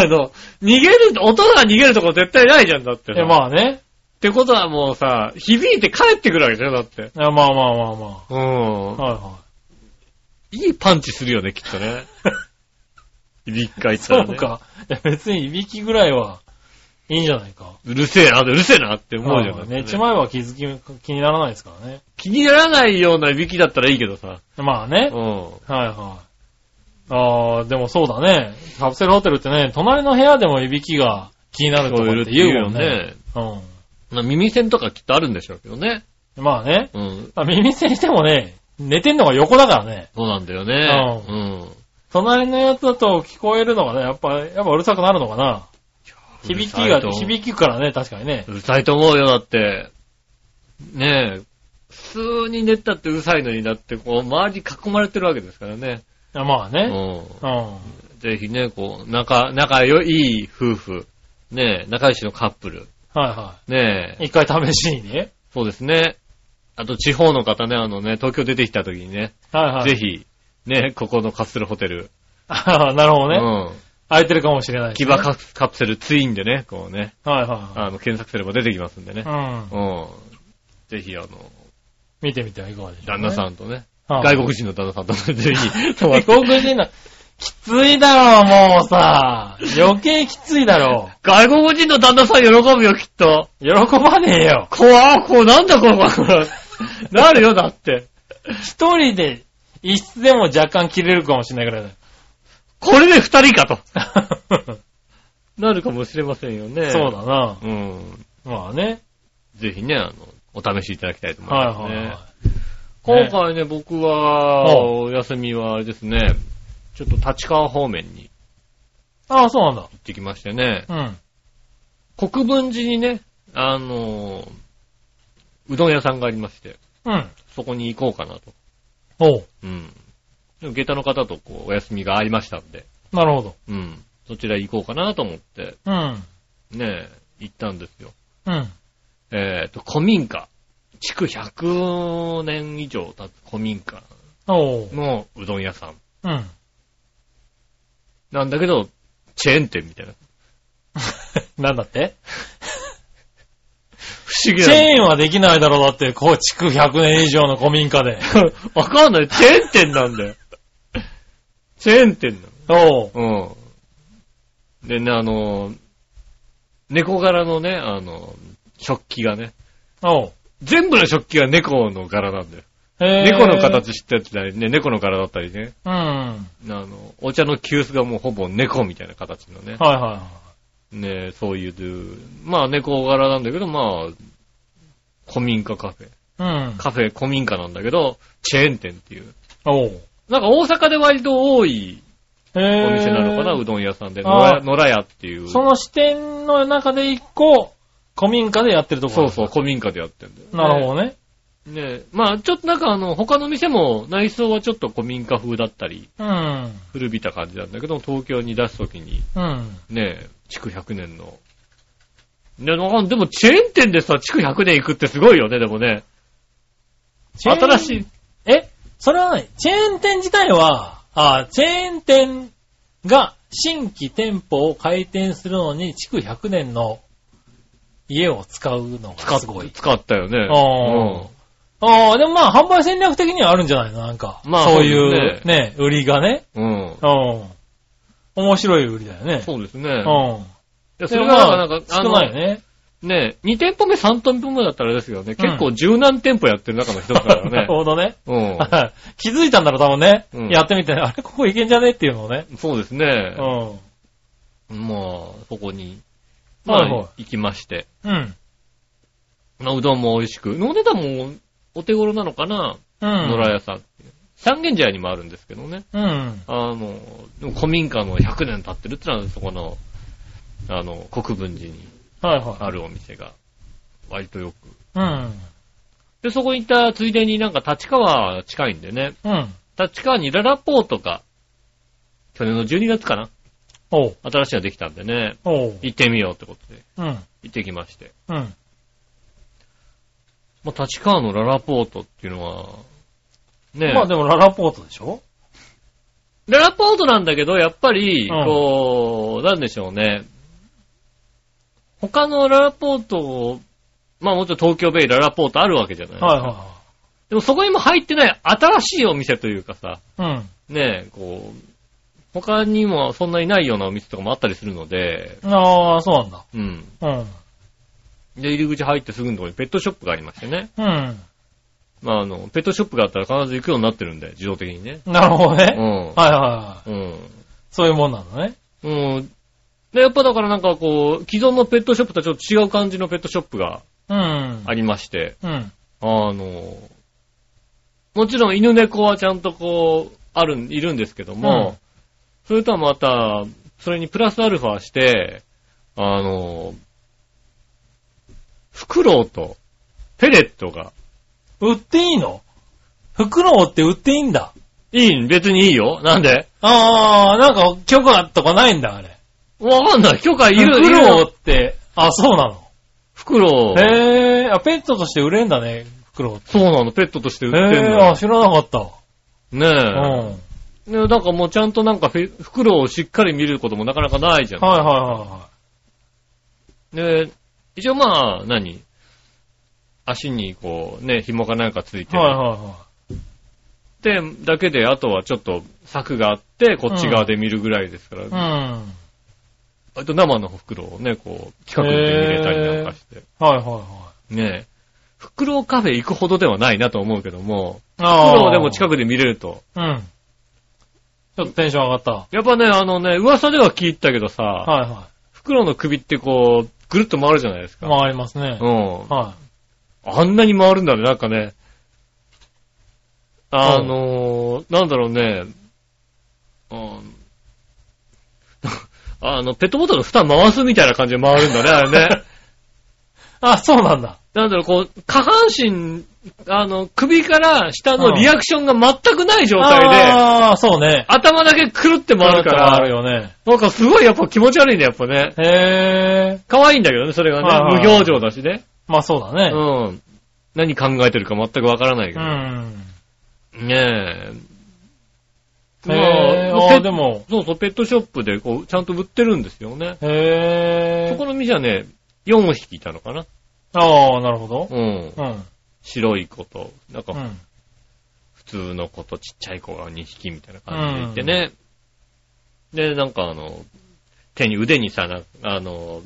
Speaker 2: あの、逃げる、大人が逃げるとこ絶対ないじゃんだって
Speaker 3: い
Speaker 2: さ。
Speaker 3: やまあね。
Speaker 2: ってことはもうさ、響いて帰ってくるわけじゃんだって。
Speaker 3: いやまあま
Speaker 2: う
Speaker 3: あまあまあ。
Speaker 2: ん。
Speaker 3: はいはい
Speaker 2: いパンチするよね、きっと *laughs* ね。いびきかい
Speaker 3: い。
Speaker 2: た
Speaker 3: そ
Speaker 2: ら、ね。
Speaker 3: う。か。いや別にいびきぐらいはいいんじゃないか。
Speaker 2: うるせえな、うるせえなって思うじゃんだ
Speaker 3: あ
Speaker 2: っ
Speaker 3: あ
Speaker 2: てね
Speaker 3: 寝ちまえば気づき、気にならないですからね。
Speaker 2: 気にならないようないびきだったらいいけどさ。
Speaker 3: まあね。
Speaker 2: うん。
Speaker 3: はいはい。ああ、でもそうだね。カプセルホテルってね、隣の部屋でもいびきが気になるとかって言うもんね。。
Speaker 2: まあ耳栓とかきっとあるんでしょうけどね。
Speaker 3: うん。まあね。
Speaker 2: うん。
Speaker 3: あ耳栓してもね、寝てんのが横だからね。
Speaker 2: そうなんだよね。
Speaker 3: う
Speaker 2: うん。
Speaker 3: 隣のやつだと聞こえるのがね、やっぱ、やっぱうるさくなるのかな。響きが、響きからね、確かにね
Speaker 2: う。るさいと思うよ、だって。ねえ。普通に寝たってうるさいのにだって、こう、周り囲まれてるわけですからね。
Speaker 3: あまあ
Speaker 2: う
Speaker 3: ね。
Speaker 2: ん。
Speaker 3: うん。
Speaker 2: ぜひね、こう、仲、仲良い夫婦。ねえ、仲良しのカップル。
Speaker 3: はいは
Speaker 2: ねえ、
Speaker 3: い。一回試しにね。
Speaker 2: そうですね。あと、地方の方ね、あのね、東京出てきた時にね、
Speaker 3: はいはい。
Speaker 2: ぜ。ひ、ね、ここのカプセルホテル、
Speaker 3: ああ、なるほどね。
Speaker 2: うん。
Speaker 3: 空いてるかもしれないし
Speaker 2: キ
Speaker 3: ね
Speaker 2: バカカプセルツインでね、こうね、
Speaker 3: はいは
Speaker 2: あの、検索すれば出てきますんでね
Speaker 3: い。う。ん。
Speaker 2: うん。ぜひ、あの、
Speaker 3: 見てみてはいかがでしょう、
Speaker 2: 旦那さんとね、
Speaker 3: はい
Speaker 2: 外国人の旦那さんとね、ぜひ、泊まっ
Speaker 3: 外
Speaker 2: て。
Speaker 3: 国人の、きついだろ、もうさ。余計きついだろ。
Speaker 2: 外国人の旦那さん喜ぶよ、きっと。
Speaker 3: 喜ばねえよ。
Speaker 2: こわこう、なんだこの子なるよ、だって。
Speaker 3: 一人で、一室でも若干切れるかもしれないぐらい
Speaker 2: これで二人かと。
Speaker 3: だ
Speaker 2: *laughs*
Speaker 3: よ。
Speaker 2: なるかもしれませんよね。
Speaker 3: そう。だな。
Speaker 2: うん。
Speaker 3: まあね。
Speaker 2: ぜひね、あの、お試しいただきたいと思い
Speaker 3: はい
Speaker 2: ますね。
Speaker 3: はいはい。
Speaker 2: 今回ね、僕は、
Speaker 3: うん
Speaker 2: お休みはあれですね、ちょっと立川方面に
Speaker 3: ああ、そうなんだ
Speaker 2: 行ってきましてね、。
Speaker 3: うん。
Speaker 2: 国分寺にね、あのーうどん屋さんがありまして、
Speaker 3: うん。
Speaker 2: そこに行こうかなと。
Speaker 3: おう。
Speaker 2: うん。でも下駄の方とこう、お休みがありましたんで、
Speaker 3: なるほど。
Speaker 2: うん。そちら行こうかなと思って、
Speaker 3: うん。
Speaker 2: ね、行ったんですよ。
Speaker 3: うん。
Speaker 2: えっ、と、古民家。築100年以上経つ古民家
Speaker 3: おう。
Speaker 2: のうどん屋さん。 *laughs*
Speaker 3: うん。
Speaker 2: なんだけど、チェーン店みたいな。
Speaker 3: なんだって
Speaker 2: 不思議
Speaker 3: チ
Speaker 2: な。
Speaker 3: ェーンはできないだろう、だって。こう、築100年以上の古民家で。
Speaker 2: わかんない。チェーン店なんだよ。チェーン店な
Speaker 3: おう。
Speaker 2: の。うん。でね、あの、猫柄のね、あの、食器がね、
Speaker 3: おう。
Speaker 2: 全部の食器が猫の柄なんだよ。
Speaker 3: へー
Speaker 2: 猫の。形知ってたりね、猫の柄だったりね、
Speaker 3: うん。はい
Speaker 2: あの、お茶の急須がもうほぼ猫みたいな形のね、
Speaker 3: はいはい。
Speaker 2: ね、そういう、まあ猫柄なんだけど、まあ、古民家カフェ。
Speaker 3: うん。
Speaker 2: カフェ古民家なんだけど、チェーン店っていう。
Speaker 3: おう。
Speaker 2: なんか大阪で割と多い
Speaker 3: お
Speaker 2: お店なのかな、うどん屋さんで。野
Speaker 3: あ
Speaker 2: 良
Speaker 3: ー
Speaker 2: 野良屋っていう。
Speaker 3: その支店の中で一個、古民家でやってるとこ
Speaker 2: そ
Speaker 3: ろ
Speaker 2: うそう、古民家でやってんだよ、
Speaker 3: なるほどね。
Speaker 2: ど。ねえまあちょっとなんかあの、他の店も内装はちょっと古民家風だったり、
Speaker 3: うん。
Speaker 2: 古びた感じなんだけど、東京に出すときに、
Speaker 3: うん。
Speaker 2: ねえ、築100年の。ねなんでもチェーン店でさ、築100年行くってすごいよね、でもね。
Speaker 3: チェーン
Speaker 2: 新しい。
Speaker 3: えそれは何チェーン店自体は、あチェーン店が新規店舗を開店するのに、築100年の家を使うの
Speaker 2: 使
Speaker 3: が
Speaker 2: っ
Speaker 3: すごい。
Speaker 2: 使ったよね。
Speaker 3: あーああ、でもまあ、販売戦略的にはあるんじゃないのなんか。
Speaker 2: まあ
Speaker 3: そういう
Speaker 2: そうです
Speaker 3: ね、売りがね。
Speaker 2: うん。うん。
Speaker 3: うん。面白い売りだよね。
Speaker 2: そうですね。
Speaker 3: うん。
Speaker 2: いや
Speaker 3: そ
Speaker 2: それ
Speaker 3: れ
Speaker 2: が
Speaker 3: は、
Speaker 2: なんか、あ
Speaker 3: 少
Speaker 2: の
Speaker 3: ないよね。
Speaker 2: ねえ、2店舗目、3店舗目だったらあれですよね。結構十何店舗やってる中の一つだか
Speaker 3: *laughs* なる
Speaker 2: らね。
Speaker 3: ほどね。
Speaker 2: うん。
Speaker 3: *laughs* 気づいたんだろう、多分ね。
Speaker 2: うん
Speaker 3: やってみて、あれ、ここいけんじゃねっていうのをね。
Speaker 2: そうです
Speaker 3: う
Speaker 2: ね。
Speaker 3: ん。
Speaker 2: まあ、そこに、ま
Speaker 3: はいはい
Speaker 2: あ、行きまして。
Speaker 3: うん。
Speaker 2: まあうどんも美味しく。飲んでたもん、お手頃なのかな、
Speaker 3: うん。
Speaker 2: 野良屋さんっていう。三軒茶屋にもあるんですけどね。
Speaker 3: うん。
Speaker 2: あの、でも古民家の100年経ってるってのは、そこの、あの、国分寺に
Speaker 3: はいは
Speaker 2: あるお店が、割とよく。
Speaker 3: い。うん。
Speaker 2: で、そこに行ったついでになんか立川近いんでね。
Speaker 3: うん。
Speaker 2: 立川にララポーとか、去年の12月かな
Speaker 3: おう。
Speaker 2: 新しいのができたんでね、
Speaker 3: おう。
Speaker 2: 行ってみようってことで、
Speaker 3: うん。
Speaker 2: 行ってきまして。
Speaker 3: うん。
Speaker 2: まあ、立川のララポートっていうのは、ね、
Speaker 3: まあでも、ララポートでしょ
Speaker 2: ララポートなんだけど、やっぱり、
Speaker 3: うん
Speaker 2: こう、なんでしょうね。他のララポートを、まあもちろん東京ベイララポートあるわけじゃないですか。
Speaker 3: はいは
Speaker 2: でもそこにも入ってない新しいお店というかさ、
Speaker 3: いはい。
Speaker 2: ねえ、こう、他にもそんなにないようなお店とかもあったりするので、
Speaker 3: うん。ああ、そうなんだ。
Speaker 2: うん。
Speaker 3: うん。
Speaker 2: で、入り口入ってすぐのところにペットショップがありましてね。
Speaker 3: うん。
Speaker 2: まあ、あの、ペットショップがあったら必ず行くようになってるんで、自動的にね。
Speaker 3: なるほど
Speaker 2: う
Speaker 3: ね。
Speaker 2: ん。
Speaker 3: はいはいは
Speaker 2: うん。
Speaker 3: い。そういうもんなんだね。
Speaker 2: うん。で、やっぱだからなんかこう、既存のペットショップとはちょっと違う感じのペットショップが
Speaker 3: うん。
Speaker 2: ありまして、
Speaker 3: うん。
Speaker 2: あの、もちろん犬猫はちゃんとこう、あるん、いるんですけども、
Speaker 3: うん
Speaker 2: それとはまた、それにプラスアルファして、あの、フクロウとペレットが
Speaker 3: 売っていいのフクロウって売っていいんだ。
Speaker 2: いいん、別にいいよ。なんで
Speaker 3: ああ、なんか許可とかないんだ、あれ。
Speaker 2: わかんない。許可い
Speaker 3: フ
Speaker 2: る。
Speaker 3: クロ
Speaker 2: い
Speaker 3: ウ
Speaker 2: る
Speaker 3: って、あ、そうなの。
Speaker 2: フクロウ。
Speaker 3: へえ、あ、ペットとして売れんだね、フクロウって。
Speaker 2: そうなの、ペットとして売ってん
Speaker 3: へえ、
Speaker 2: の
Speaker 3: あ、
Speaker 2: よ。
Speaker 3: 知らなかった。うん
Speaker 2: ね。え。ねなんかもうちゃんとなんかフェフクロウをしっかり見ることもなかなかないじゃん。
Speaker 3: はいはいはいはい。
Speaker 2: で、一応まあ、何足にこう、ね、紐かなんかついてる
Speaker 3: はいはいは
Speaker 2: で、だけで、あとはちょっと柵があって、こっち側で見るぐらいですから、
Speaker 3: い。うん。
Speaker 2: あと生のフクロウをね、こう、近くで見れたりなんかして。
Speaker 3: はいはいは
Speaker 2: ねえ。フクロウカフェ行くほどではないなと思うけども、
Speaker 3: い。
Speaker 2: フ
Speaker 3: あ
Speaker 2: クロウでも近
Speaker 3: く。
Speaker 2: くで見れると。
Speaker 3: うん。ちょっとテンション上がった。
Speaker 2: やっぱね、あのね、噂では聞いたけどさ、
Speaker 3: はいは
Speaker 2: フクロウの首ってこう、ぐるっと回るじゃないです
Speaker 3: い。
Speaker 2: か。
Speaker 3: 回りますね
Speaker 2: う。ん。
Speaker 3: は
Speaker 2: あんなに回るんだね、なんかね。あのー、なんだろうね。うん。 *laughs* あの、ペットボトルの蓋回すみたいな感じで回るんだね、あれ
Speaker 3: *laughs*
Speaker 2: ね。
Speaker 3: い。あ、そうなんだ。
Speaker 2: なんだろう、こう、下半身、あの、首から下のリアクションが全くない状態で、
Speaker 3: ああ、そうね。
Speaker 2: 頭だけくるって回るか
Speaker 3: ある
Speaker 2: ら、
Speaker 3: よね。
Speaker 2: なんかすごいやっぱ気持ち悪いね、やっぱね。
Speaker 3: へえ。
Speaker 2: 可愛いんだけどね、それが
Speaker 3: はいはい
Speaker 2: ね。無表情だしね。
Speaker 3: まあそうだね。
Speaker 2: うん。何考えてるか全くわからないけ
Speaker 3: う
Speaker 2: ど。
Speaker 3: ん。
Speaker 2: ねえ。
Speaker 3: へえ。あ
Speaker 2: ペ
Speaker 3: あ、でも。
Speaker 2: そうそう、ペットショップでこう、ちゃんと売ってるんですよね。
Speaker 3: へ
Speaker 2: そ
Speaker 3: え
Speaker 2: こ。の店はね、4匹いたのかな。
Speaker 3: ああ、なるほど。
Speaker 2: うん。
Speaker 3: うん。
Speaker 2: 白い子と、なん
Speaker 3: う
Speaker 2: か
Speaker 3: ん。
Speaker 2: 普通の子とちっちゃい子が2匹みたいな感じでいてね。で、なんかあの、手に腕にさ、なんあの、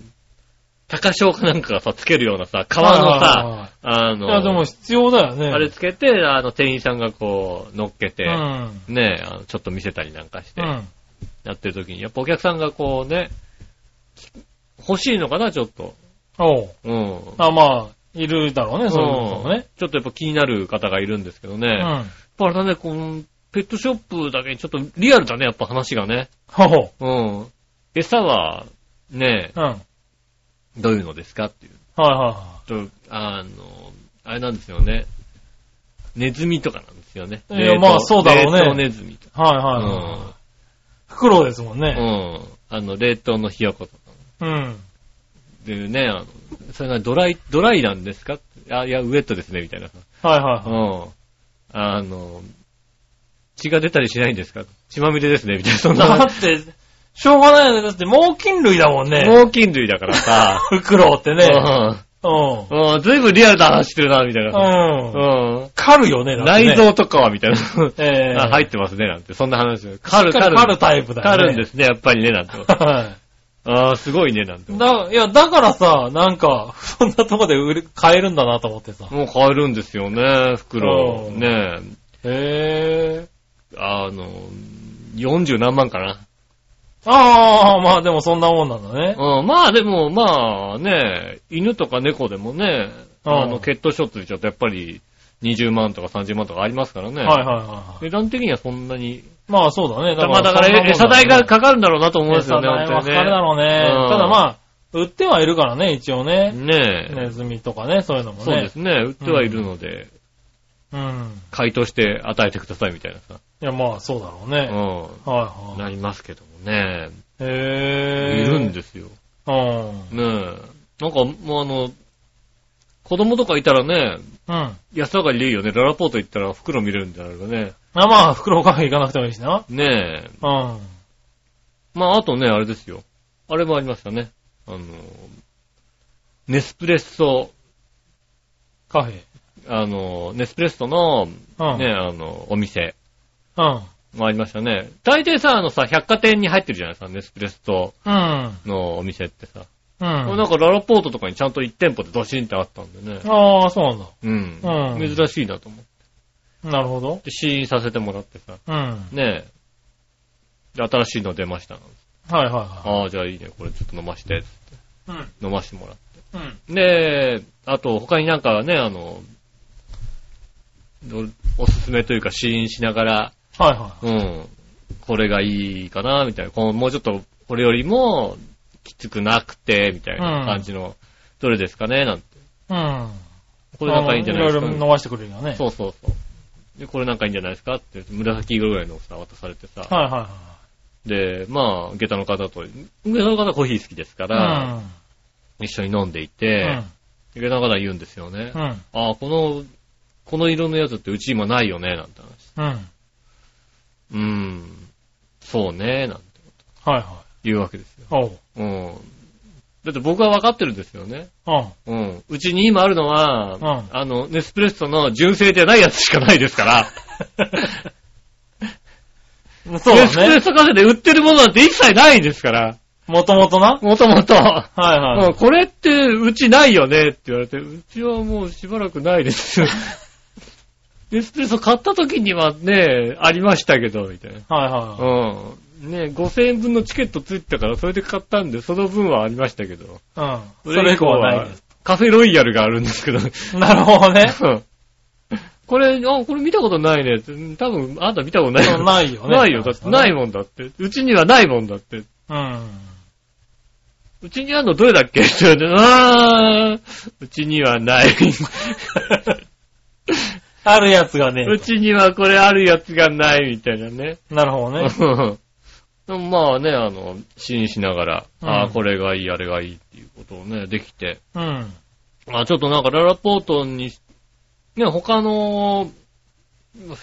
Speaker 2: 高潮かなんかがさ、つけるようなさ、革の
Speaker 3: はいはい
Speaker 2: さ、
Speaker 3: はい
Speaker 2: あ
Speaker 3: いや、でも
Speaker 2: の、
Speaker 3: 必要だよね。
Speaker 2: あれつけて、あの、店員さんがこう、乗っけて、
Speaker 3: うん。
Speaker 2: ねえ、あのちょっと見せたりなんかして、
Speaker 3: うん。
Speaker 2: やってる時に、やっぱお客さんがこうね、欲しいのかな、ちょっと。
Speaker 3: おう。
Speaker 2: うん。
Speaker 3: あ、まあ、いるだろうね、そういうのもね。
Speaker 2: ちょっとやっぱ気になる方がいるんですけどね。
Speaker 3: う
Speaker 2: やっ
Speaker 3: ん。
Speaker 2: ぱあれだね、この、ペットショップだけにちょっとリアルだね、やっぱ話がね。
Speaker 3: ほほ。
Speaker 2: うん。餌は、ね
Speaker 3: うん。
Speaker 2: どういうのですかっていう。
Speaker 3: はいは
Speaker 2: と、あの、あれなんですよね。ネズミとかなんですよね。
Speaker 3: いやまあそうだろうね
Speaker 2: 冷凍ネズミと
Speaker 3: いはい。
Speaker 2: か。
Speaker 3: はいはいはい。袋ですもん
Speaker 2: う
Speaker 3: ね。
Speaker 2: ん。うん。あの、冷凍のひよことか。
Speaker 3: うん。
Speaker 2: でね、あの、それがドライ、ドライなんですかあ、いや、ウェットですね、みたいな。
Speaker 3: はいうは
Speaker 2: ん。あの、血が出たりしないんですか血まみれですね、みたいな。そん
Speaker 3: いはい。だ
Speaker 2: な。
Speaker 3: って、しょうがないよね。だって、猛禽類だもんね。
Speaker 2: 猛禽類だからさ。
Speaker 3: 袋って *laughs* ね。うん。
Speaker 2: うん。うん。ずいぶんリアルな話してるな、みたいな。
Speaker 3: うん。
Speaker 2: うん。
Speaker 3: 狩るよね、だってね
Speaker 2: 内。臓とかは、みたいな。
Speaker 3: ええ。
Speaker 2: あ、入ってますね、なんて。そんな話を。カル、
Speaker 3: しっ
Speaker 2: カ
Speaker 3: かり
Speaker 2: ル。
Speaker 3: 狩るタイプだよね。
Speaker 2: カルんですね、やっぱりね、なん
Speaker 3: *laughs*
Speaker 2: て。
Speaker 3: は
Speaker 2: ああ、すごいね、なんて。
Speaker 3: い。
Speaker 2: も
Speaker 3: だ、いや、だからさ、なんか、そんなとこで売れ、買えるんだなと思ってさ。
Speaker 2: う買えるんですよね、袋。
Speaker 3: うん
Speaker 2: ね
Speaker 3: へえ。
Speaker 2: え。あの、40何万かな。
Speaker 3: ああ、まあでもそんなもんなんだね。
Speaker 2: うん、まあでも、まあね、犬とか猫でもね、
Speaker 3: うん
Speaker 2: あの、血糖症ついちゃうとやっぱり20万とか30万とかありますからね。
Speaker 3: はいはいはいはい。
Speaker 2: 値段的にはそんなに。
Speaker 3: まあそうだね。
Speaker 2: まあだから
Speaker 3: そんなもん
Speaker 2: え餌代がかかるんだろうなと思うんです
Speaker 3: 餌
Speaker 2: よね、
Speaker 3: 代は
Speaker 2: 本
Speaker 3: か
Speaker 2: 当
Speaker 3: かるだろうね。
Speaker 2: うん
Speaker 3: ただまあ、売ってはいるからね、一応ね。
Speaker 2: にね。ねえ。
Speaker 3: ネズミとかね、そういうのもね。
Speaker 2: そうですね、売ってはいるので、
Speaker 3: うん。
Speaker 2: 解凍して与えてくださいみたいなさ。
Speaker 3: いや、まあそうだろうね。
Speaker 2: う
Speaker 3: は
Speaker 2: ん。
Speaker 3: いはい。
Speaker 2: なりますけどもね。い
Speaker 3: へえ。
Speaker 2: るん
Speaker 3: す。
Speaker 2: ですよ。
Speaker 3: うん。
Speaker 2: ねえ。なんか、もうあの、子供とかいたらね、
Speaker 3: うん。
Speaker 2: 安上がりでいいよね。ララポート行ったら袋見れるんであればね。
Speaker 3: まあまあ、袋かけ行かなくてもいいしな。
Speaker 2: ねえ。
Speaker 3: うん。
Speaker 2: まあ、あとね、あれですよ。あれもありましたね。あの、ネスプレッソ、
Speaker 3: カフェ。
Speaker 2: あの、ネスプレッソの、ね、
Speaker 3: うん。
Speaker 2: あの、お店
Speaker 3: うん。
Speaker 2: もありましたね。大抵さ、あのさ、百貨店に入ってるじゃないですか、ネスプレッソ
Speaker 3: うん。
Speaker 2: のお店ってさ。
Speaker 3: うん。
Speaker 2: なんかララポートとかにちゃんと1店舗でドシンってあったんでね。
Speaker 3: ああ、そうなんだ。
Speaker 2: うん。
Speaker 3: うん
Speaker 2: 珍しいなと思って。
Speaker 3: なるほど。
Speaker 2: で試飲させてもらってさ、
Speaker 3: うん。はい
Speaker 2: ねえ。で新しいの出ましたなんて
Speaker 3: はいは
Speaker 2: ああ、じゃあいいね、これちょっと飲まして、
Speaker 3: い。うん。
Speaker 2: 飲ましてもらって
Speaker 3: うん。
Speaker 2: で、あと他になんかね、あの、どおすすめというか試飲しながら、
Speaker 3: はいは
Speaker 2: うん、これがいいかな、みたいな。このもうちょっと、これよりも、きつくなくて、みたいな感じの、どれですかね、なんて。
Speaker 3: い。うん。
Speaker 2: これなんかいいんじゃないですか、
Speaker 3: あのいろいろ伸ばしてくれるよね。
Speaker 2: そうそうそう。で、これなんかいいんじゃないですかって、紫色ぐらいのさ、渡されてさ。
Speaker 3: はいはいはい。
Speaker 2: で、まあ、下駄の方と、下駄の方はコーヒー好きですから、一緒に飲んでいて、下駄の方は言うんですよね。
Speaker 3: うん。うん。
Speaker 2: ああ、この、この色のやつってうち今ないよね、なんて話。
Speaker 3: うん。はい
Speaker 2: うん。そうね、なんて
Speaker 3: はい。
Speaker 2: 言うわけですよ。
Speaker 3: おう。
Speaker 2: うん。だって僕は分かってるんですよね。
Speaker 3: うん。
Speaker 2: うん。うちに今あるのは、
Speaker 3: ん
Speaker 2: あの、ネスプレッソの純正じゃないやつしかないですから。
Speaker 3: *laughs*
Speaker 2: *laughs*
Speaker 3: そう
Speaker 2: ネスプレ
Speaker 3: だ
Speaker 2: ッ
Speaker 3: ね。
Speaker 2: ソカフェで売ってるものなんて一切ないですから。
Speaker 3: もともとな。
Speaker 2: もともと。
Speaker 3: はい
Speaker 2: う
Speaker 3: はい
Speaker 2: ん。これってうちないよねって言われて、うちはもうしばらくないです。 *laughs* ネスプレッソ買った時にはね、ありましたけど、みたいな。
Speaker 3: はいは
Speaker 2: うん。ね5000円分のチケットついてたから、それで買ったんで、その分はありましたけど。
Speaker 3: い。うん。それ以降はないで
Speaker 2: カフェロイヤルがあるん
Speaker 3: *laughs*
Speaker 2: ですけど。
Speaker 3: す。なるほ
Speaker 2: *laughs*
Speaker 3: どね。
Speaker 2: これ、あ、これ見たことないねって。うん多分、あんた見たことない
Speaker 3: そうないよね
Speaker 2: ないよ。だって、ないもんだって。うちにはないもんだって。
Speaker 3: うん。
Speaker 2: うちにあるのどれだっけ *laughs* って言われて、あー、うちには
Speaker 3: *laughs*
Speaker 2: ない。
Speaker 3: あるやつがね。
Speaker 2: うちにはこれあるやつがないみたいなね。
Speaker 3: なるほどね。
Speaker 2: でも *laughs* まあね、あの、試飲しながら、
Speaker 3: うん
Speaker 2: ああ、これがいい、あれがいいっていうことをね、できて。
Speaker 3: うん。
Speaker 2: まあちょっとなんかララポートに、ね、他の、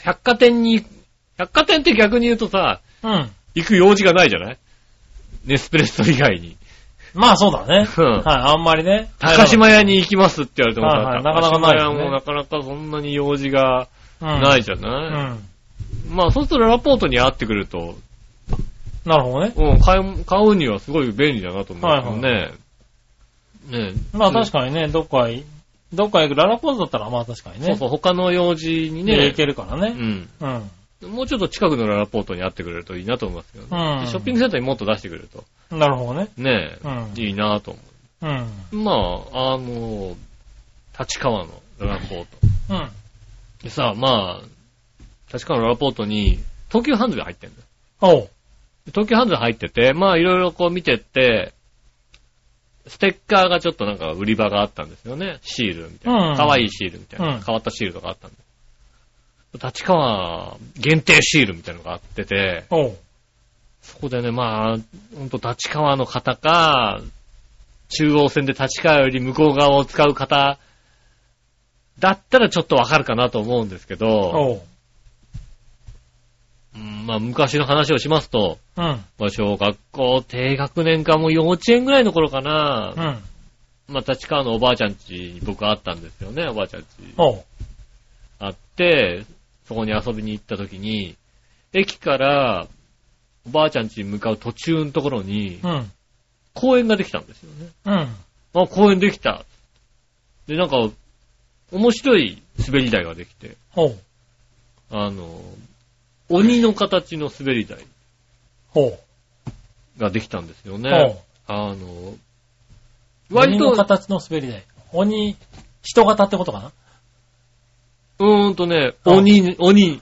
Speaker 2: 百貨店に、百貨店って逆に言うとさ、
Speaker 3: うん。
Speaker 2: 行く用事がないじゃないネスプレッソ以外に。 *laughs*
Speaker 3: まあそうだね。
Speaker 2: うん
Speaker 3: はい、あんまりね。
Speaker 2: 高島屋に行きますって言われてもさ、
Speaker 3: はいはいなかなかないよ
Speaker 2: 高
Speaker 3: ね
Speaker 2: 島屋もなかなかそんなに用事が
Speaker 3: うん
Speaker 2: ないじゃ
Speaker 3: う
Speaker 2: ない、
Speaker 3: ん。
Speaker 2: まあそうするとララポートに会ってくると、
Speaker 3: なるほどね。
Speaker 2: うん、買う、買うにはすごい便利だなと思うけどね。ね
Speaker 3: まあ確
Speaker 2: か
Speaker 3: かにね、どっかい、どっか行くララポーズだったらまあ確かにね。
Speaker 2: そうそう、他の用事にね、
Speaker 3: ね行けるから
Speaker 2: う
Speaker 3: ね。
Speaker 2: ん。
Speaker 3: うん。
Speaker 2: もうちょっと近くのララポートにあってくれるといいなと思いますけどね。
Speaker 3: うん
Speaker 2: ショッピングセンターにもっと出してくれると。
Speaker 3: なるほどね。
Speaker 2: ねえ、
Speaker 3: うん
Speaker 2: いいなと思
Speaker 3: うん。
Speaker 2: う。まあ、あの、立川のララポート。
Speaker 3: うん。
Speaker 2: でさ、まあ、立川のララポートに東急ハンズが入ってんだよ。
Speaker 3: おう。
Speaker 2: で東急ハンズが入ってて、まあいろいろこう見てって、ステッカーがちょっとなんか売り場があったんですよね。シールみたい
Speaker 3: うん
Speaker 2: な。かわいいシールみたいな。
Speaker 3: うん
Speaker 2: 変わったシールとかあったんで。立川限定シールみたいなのがあってて、
Speaker 3: おう。
Speaker 2: そこでね、まあ、ほんと立川の方か、中央線で立川より向こう側を使う方だったらちょっとわかるかなと思うんですけど、
Speaker 3: おう。
Speaker 2: うんまあ昔の話をしますと、
Speaker 3: うん。
Speaker 2: まあ小学校低学年かもう幼稚園ぐらいの頃かな、
Speaker 3: うん。
Speaker 2: まあ立川のおばあちゃん家に僕会ったんですよね、おばあちゃん家。
Speaker 3: おう。
Speaker 2: あって、そこに遊びに行った時に、駅からおばあちゃん家に向かう途中のところに
Speaker 3: う、ん。
Speaker 2: 公園ができたんですよね。
Speaker 3: うん。
Speaker 2: あ、公園できた。で、なんか、面白い滑り台ができて、
Speaker 3: おう。
Speaker 2: あの、鬼の形の滑り台
Speaker 3: おう。
Speaker 2: ができたんですよ
Speaker 3: お
Speaker 2: ね。
Speaker 3: う。
Speaker 2: あの、割
Speaker 3: 割と。
Speaker 2: と
Speaker 3: 鬼の、形の滑り台。鬼、人型ってことかな
Speaker 2: うーんとね、
Speaker 3: うん
Speaker 2: 鬼、鬼、
Speaker 3: 鬼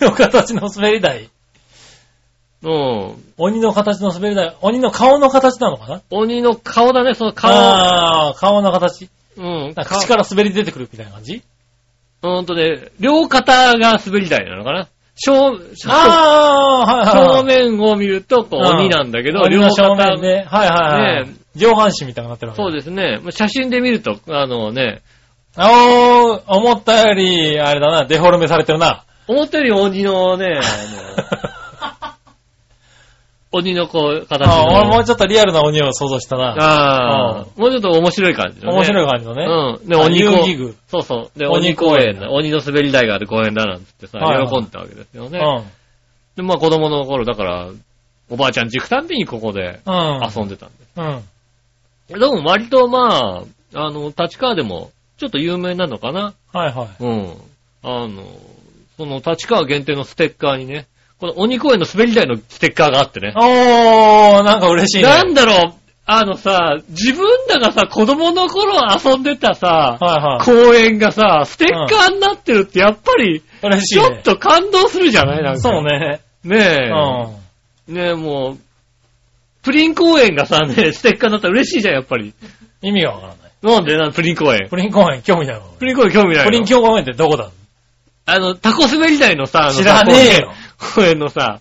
Speaker 3: の形の滑り台。
Speaker 2: うん、
Speaker 3: 鬼の形の滑り台。鬼の顔の形なのかな
Speaker 2: 鬼の顔だね、その顔、
Speaker 3: あー顔の形。
Speaker 2: うん、
Speaker 3: なん
Speaker 2: か
Speaker 3: か口から滑り出てくるみたいな感じ
Speaker 2: うーんとね、両肩が滑り台なのかな正、正
Speaker 3: あーはいはい
Speaker 2: 正
Speaker 3: はい。
Speaker 2: 面を見ると、こう、
Speaker 3: うん
Speaker 2: 鬼なんだけど、
Speaker 3: 鬼
Speaker 2: 両
Speaker 3: の正
Speaker 2: 肩
Speaker 3: 面、ね。はいはいはい
Speaker 2: ね。
Speaker 3: 上半身みたいになってるわけ。
Speaker 2: そうですね。まあ写真で見ると、あのね、
Speaker 3: おー、思ったより、あれだな、デフォルメされてるな。
Speaker 2: 思ったより鬼のね、あ
Speaker 3: *laughs*
Speaker 2: の鬼のこう、形
Speaker 3: あーもう
Speaker 2: の。
Speaker 3: ちょっとリアルな鬼を想像したな。
Speaker 2: ああ、もうちょっと面白い感じのね。
Speaker 3: 面白い感じのね。
Speaker 2: うん。で、
Speaker 3: あ
Speaker 2: 鬼
Speaker 3: 遊
Speaker 2: 公
Speaker 3: 戯具
Speaker 2: そうそう。で、
Speaker 3: 鬼
Speaker 2: 鬼
Speaker 3: 公
Speaker 2: 公
Speaker 3: 園
Speaker 2: 園だ。鬼の滑り台がある公園だなんつってさ
Speaker 3: はいはい、
Speaker 2: 喜んだわけですよ
Speaker 3: う
Speaker 2: ね。
Speaker 3: ん。
Speaker 2: で、まあ子供の頃、だから、おばあちゃん家行くたんびにここで
Speaker 3: うん。
Speaker 2: 遊んでたんで
Speaker 3: うん。
Speaker 2: す。でも割とまあ、あの、立川でも、ちょっと有名なのかな
Speaker 3: はいはい。
Speaker 2: うん。あの、その立川限定のステッカーにね、この鬼公園の滑り台のステッカーがあってね。
Speaker 3: おー、なんか嬉しいね。
Speaker 2: なんだろう、あのさ、自分らがさ、子供の頃遊んでたさ、
Speaker 3: はいは
Speaker 2: 公園がさ、ステッカーになってるってやっぱり、
Speaker 3: い。嬉し
Speaker 2: ち
Speaker 3: い、ね。
Speaker 2: ょっと感動するじゃないなんか。
Speaker 3: そう。ね。う
Speaker 2: ね
Speaker 3: ん。
Speaker 2: え。ねえ、もう、プリン公園がさ、ね、 *laughs* ステッカーになったら嬉しいじゃん、やっぱり。
Speaker 3: 意味がわからない。
Speaker 2: なんでなんプリン公園。
Speaker 3: プリン公園興味ないわ。
Speaker 2: プリン公園興味ないの
Speaker 3: プリン公園ってどこだ
Speaker 2: あの、タコ滑り台のさ、あのさ
Speaker 3: 知らねえよ。
Speaker 2: 公園公園のさ、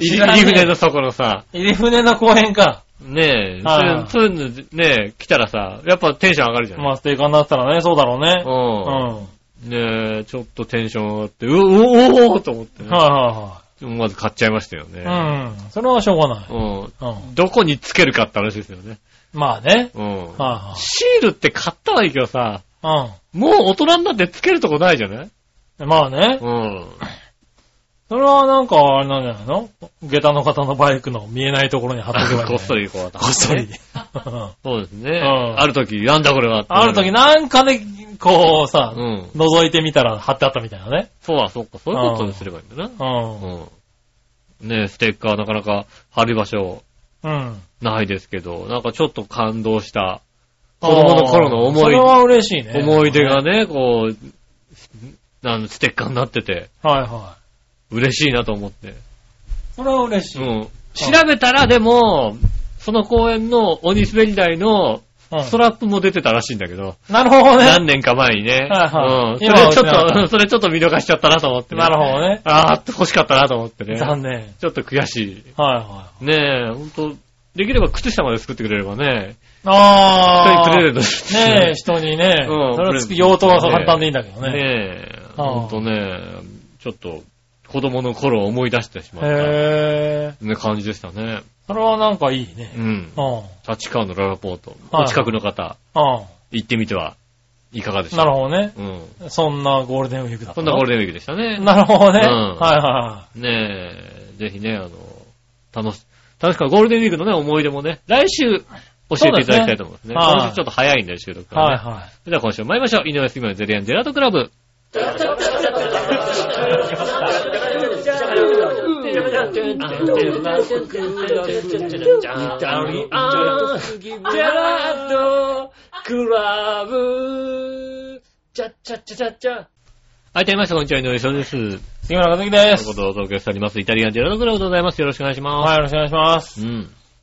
Speaker 3: 知
Speaker 2: 入
Speaker 3: らねえ
Speaker 2: り船のそこのさ、
Speaker 3: 入船の公園か。
Speaker 2: ねえ、そ
Speaker 3: ああ
Speaker 2: うそういうの、ねえ、来たらさ、やっぱテンション上がるじゃん。
Speaker 3: まあ、ステーカーになったらね、そうだろうね。
Speaker 2: う
Speaker 3: うん。
Speaker 2: ん。
Speaker 3: は
Speaker 2: ねえ、ちょっとテンション上がって、うお、おおーと思って
Speaker 3: い
Speaker 2: ね。
Speaker 3: は
Speaker 2: 思わず買っちゃいましたよ
Speaker 3: い
Speaker 2: ね。
Speaker 3: はい。うん。それはしょうがない。
Speaker 2: うん。
Speaker 3: うん。
Speaker 2: どこにつけるかって話ですよね。
Speaker 3: まあね。
Speaker 2: うん。
Speaker 3: は
Speaker 2: シールって買ったはいいけどさ、
Speaker 3: いは
Speaker 2: もう大人になってつけるとこないじゃない
Speaker 3: い。うん。まあね。
Speaker 2: うん。
Speaker 3: それはなんか、あれなんじゃないの下駄の方のバイクの見えないところに貼っとけばいいんじゃない。
Speaker 2: *laughs* こっそ
Speaker 3: り。
Speaker 2: りこうやって。
Speaker 3: こっそり。うん
Speaker 2: そうですね。
Speaker 3: ん
Speaker 2: ある時、なんだこれはって
Speaker 3: ある時なんかで、こうさ、
Speaker 2: うん。
Speaker 3: 覗いてみたら貼ってあったみたいなね。
Speaker 2: そうは、そうか、そういうことにすればいいんだな。
Speaker 3: う
Speaker 2: うん。ねえ、ステッカーなかなか貼る場所
Speaker 3: ん。うん。
Speaker 2: ないですけど、なんかちょっと感動した子供の頃の
Speaker 3: そ
Speaker 2: 思い
Speaker 3: れ、は嬉しいね。
Speaker 2: 思い出がね、こう、あの、ステッカーになってて、
Speaker 3: はいはい。
Speaker 2: 嬉しいなと思って。
Speaker 3: それは嬉し
Speaker 2: う
Speaker 3: い。
Speaker 2: ん。調べたら、でも、その公園の鬼滑り台の
Speaker 3: うん
Speaker 2: ストラップも出てたらしいんだけど、
Speaker 3: なるほどね。
Speaker 2: 何年か前にね。
Speaker 3: はいはい
Speaker 2: うん。そ
Speaker 3: 今は
Speaker 2: れちょ
Speaker 3: 失われ
Speaker 2: ったと、それちょっと見逃しちゃったなと思って、
Speaker 3: なるほどね。
Speaker 2: あーって欲しかったなと思ってね。
Speaker 3: 残念。
Speaker 2: ちょっと悔し。
Speaker 3: はいはい
Speaker 2: ねえ、ほんと、できれば靴下まで作ってくれればね、
Speaker 3: い。あ
Speaker 2: 人に
Speaker 3: あ。
Speaker 2: プレゼント
Speaker 3: ねえ、人にね。
Speaker 2: うん
Speaker 3: それはつ
Speaker 2: プレゼント
Speaker 3: 用途は簡単でいいんだけどね。
Speaker 2: ねえ、
Speaker 3: あー
Speaker 2: ほんとね、ちょっと、子供の頃を思い出してしまった、
Speaker 3: へえ。
Speaker 2: ね、感じでしたね。
Speaker 3: それはなんかいいね
Speaker 2: う。ん。
Speaker 3: うん。うん。
Speaker 2: 立川のララポート、
Speaker 3: はい
Speaker 2: お近くの方、行ってみてはいかがでしょ
Speaker 3: な
Speaker 2: う
Speaker 3: るほどね。
Speaker 2: ほど。うん。
Speaker 3: そんなゴールデンウィークだった
Speaker 2: そん
Speaker 3: の。
Speaker 2: なゴールデンウィークでしたね。
Speaker 3: なるほどね。は
Speaker 2: う
Speaker 3: い
Speaker 2: ん
Speaker 3: は
Speaker 2: ねえ、ぜひね、あの、楽し、楽しくはゴールデンウィークのね、思い出もね、来週教えていただきたいと思いますね。
Speaker 3: そうですねはい
Speaker 2: 今週ちょっと早いんで収録
Speaker 3: いはい。
Speaker 2: がね
Speaker 3: はいはい。
Speaker 2: *laughs* それでは今週も参りましょう。井上杉村のゼリアンジェラートクラブ。はい、どうもみなさん、こんにちは、井上翔です。という
Speaker 3: 杉村和樹で
Speaker 2: こ
Speaker 3: す。
Speaker 2: とでお届けしております、イタリアンジェラートクラブでございます。よろしくお願いします。
Speaker 3: はい、よろしくお願いします。
Speaker 2: うん。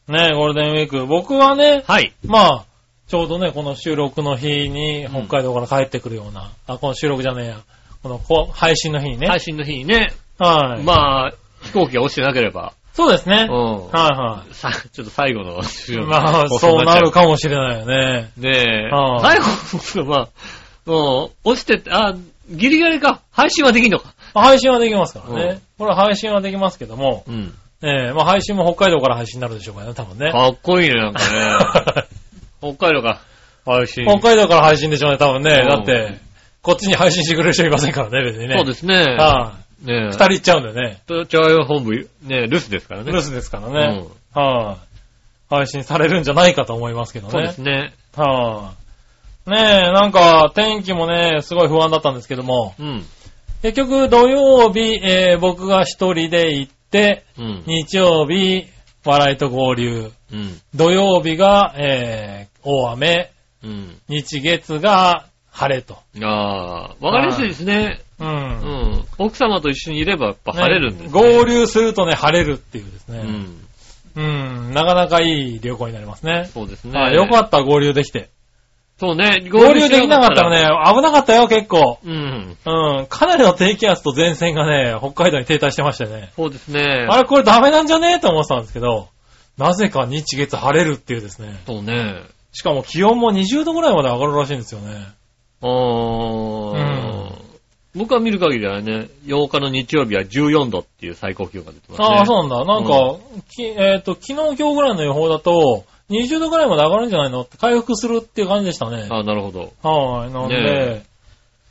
Speaker 3: ねゴールデンウィーク。僕はね、
Speaker 2: はい。
Speaker 3: まあ、ちょうどね、この収録の日に北海道から帰ってくるような、あ、この収録じゃねえや。このこ配信の日にね。は
Speaker 2: 配
Speaker 3: い。
Speaker 2: 信の日にね、まあ、飛行機が落ちてなければ、
Speaker 3: そうですね。
Speaker 2: うん。
Speaker 3: は
Speaker 2: さ、ちょっと最後の、
Speaker 3: いはい。まあ、そうなる。かもしれないよね。
Speaker 2: ねえ。
Speaker 3: うん
Speaker 2: 最後の、まあ、うん、落ちてって、あ、ギリギリか。配信はできんのか。
Speaker 3: 配信はできますから
Speaker 2: う
Speaker 3: ね
Speaker 2: ん。
Speaker 3: これは配信はできますけども、
Speaker 2: うん。
Speaker 3: ええまあ配信も北海道から配信になるでしょうからね、多分ね。
Speaker 2: かっこいいね、なんか
Speaker 3: *laughs*
Speaker 2: ね。北海道か。配信。
Speaker 3: 北海道から配信でしょうね、多分ね。
Speaker 2: うん
Speaker 3: だって、こっちに配信してくれる人いませんからね、別にね。
Speaker 2: そうですね。
Speaker 3: は
Speaker 2: ねえ。
Speaker 3: い。二人行っちゃうんだよね。
Speaker 2: 人。調和用本部、ねえ、留守ですからね。
Speaker 3: 留守ですからね。はい。配信されるんじゃないかと思いますけど
Speaker 2: う
Speaker 3: ね。
Speaker 2: ん。そうですね。
Speaker 3: はい。ねえ、なんか、天気もね、すごい不安だったんですけども、
Speaker 2: うん。
Speaker 3: 結局土曜日、えー僕が一人で行って、
Speaker 2: うん。
Speaker 3: 日曜日、笑いと合流。
Speaker 2: うん。
Speaker 3: 土曜日が、えー大雨。
Speaker 2: うん。
Speaker 3: 日月が晴れと。
Speaker 2: ああ、わかりやすいですね。
Speaker 3: う。
Speaker 2: うんん。奥様と一緒にいればやっぱ晴れるんです、ね。
Speaker 3: 合流するとね、晴れるっていうです
Speaker 2: う
Speaker 3: ね。
Speaker 2: ん。
Speaker 3: うん。なかなかいい旅行になりますね。
Speaker 2: そうですね。
Speaker 3: はい、よかった、合流できて。
Speaker 2: そうね。
Speaker 3: 合流できなかったらね、危なかったよ、結構。
Speaker 2: うん。
Speaker 3: うん。かなりの低気圧と前線がね、北海道に停滞してましたよね。
Speaker 2: そうですね。
Speaker 3: あれ、これダメなんじゃねえと思ってたんですけど、なぜか日月晴れるっていうですね。
Speaker 2: そうね。
Speaker 3: しかも気温も20度ぐらいまで上がるらしいんですよね。
Speaker 2: あー。僕は見る限りはね、8日の日曜日は14度っていう最高気温が出てますね。
Speaker 3: ああ、そうなんだ。なんか、きえっ、と、昨日今日ぐらいの予報だと、20度ぐらいまで上がるんじゃないのって回復するっていう感じでしたね。
Speaker 2: あーなるほど。
Speaker 3: はい、なんで、
Speaker 2: ね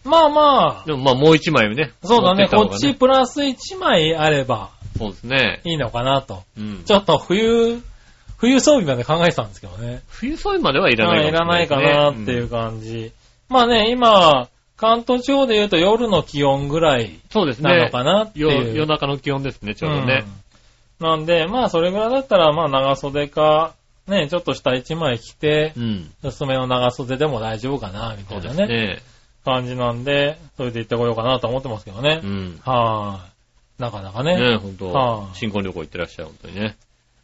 Speaker 3: まあまあ、
Speaker 2: でもまあもう一枚ね。
Speaker 3: そうだね
Speaker 2: 持
Speaker 3: こ
Speaker 2: って
Speaker 3: っ
Speaker 2: った
Speaker 3: ち
Speaker 2: 方が
Speaker 3: プラス1枚あれば
Speaker 2: そうですね。
Speaker 3: いいのかなと。
Speaker 2: うん
Speaker 3: ち。ょっと冬、冬装備まで考えてたんですけどね。
Speaker 2: 冬装いまではいらない
Speaker 3: いらない
Speaker 2: も
Speaker 3: か
Speaker 2: しれ
Speaker 3: なっ
Speaker 2: ですね
Speaker 3: てい
Speaker 2: ん
Speaker 3: う感じ。まあね、今、関東地方で言うと夜の気温ぐらい
Speaker 2: そうです
Speaker 3: な
Speaker 2: ね
Speaker 3: の。かなっていう。
Speaker 2: 夜夜中の気温ですね、ちょうどね。
Speaker 3: うん。なんで、まあそれぐらいだったら、まあ長袖か、ね、ちょっと下一枚着て
Speaker 2: う、ん。
Speaker 3: 薄めの長袖でも大丈夫かな、みた
Speaker 2: そう
Speaker 3: い
Speaker 2: で
Speaker 3: な
Speaker 2: す
Speaker 3: ね
Speaker 2: ね。
Speaker 3: 感じなんで、それで行ってこようかなと思ってますけどね。
Speaker 2: うん。
Speaker 3: はーい。なかなかね。
Speaker 2: ねえ、ほんと
Speaker 3: は。い
Speaker 2: 新婚旅行行ってらっしゃる、本当にね。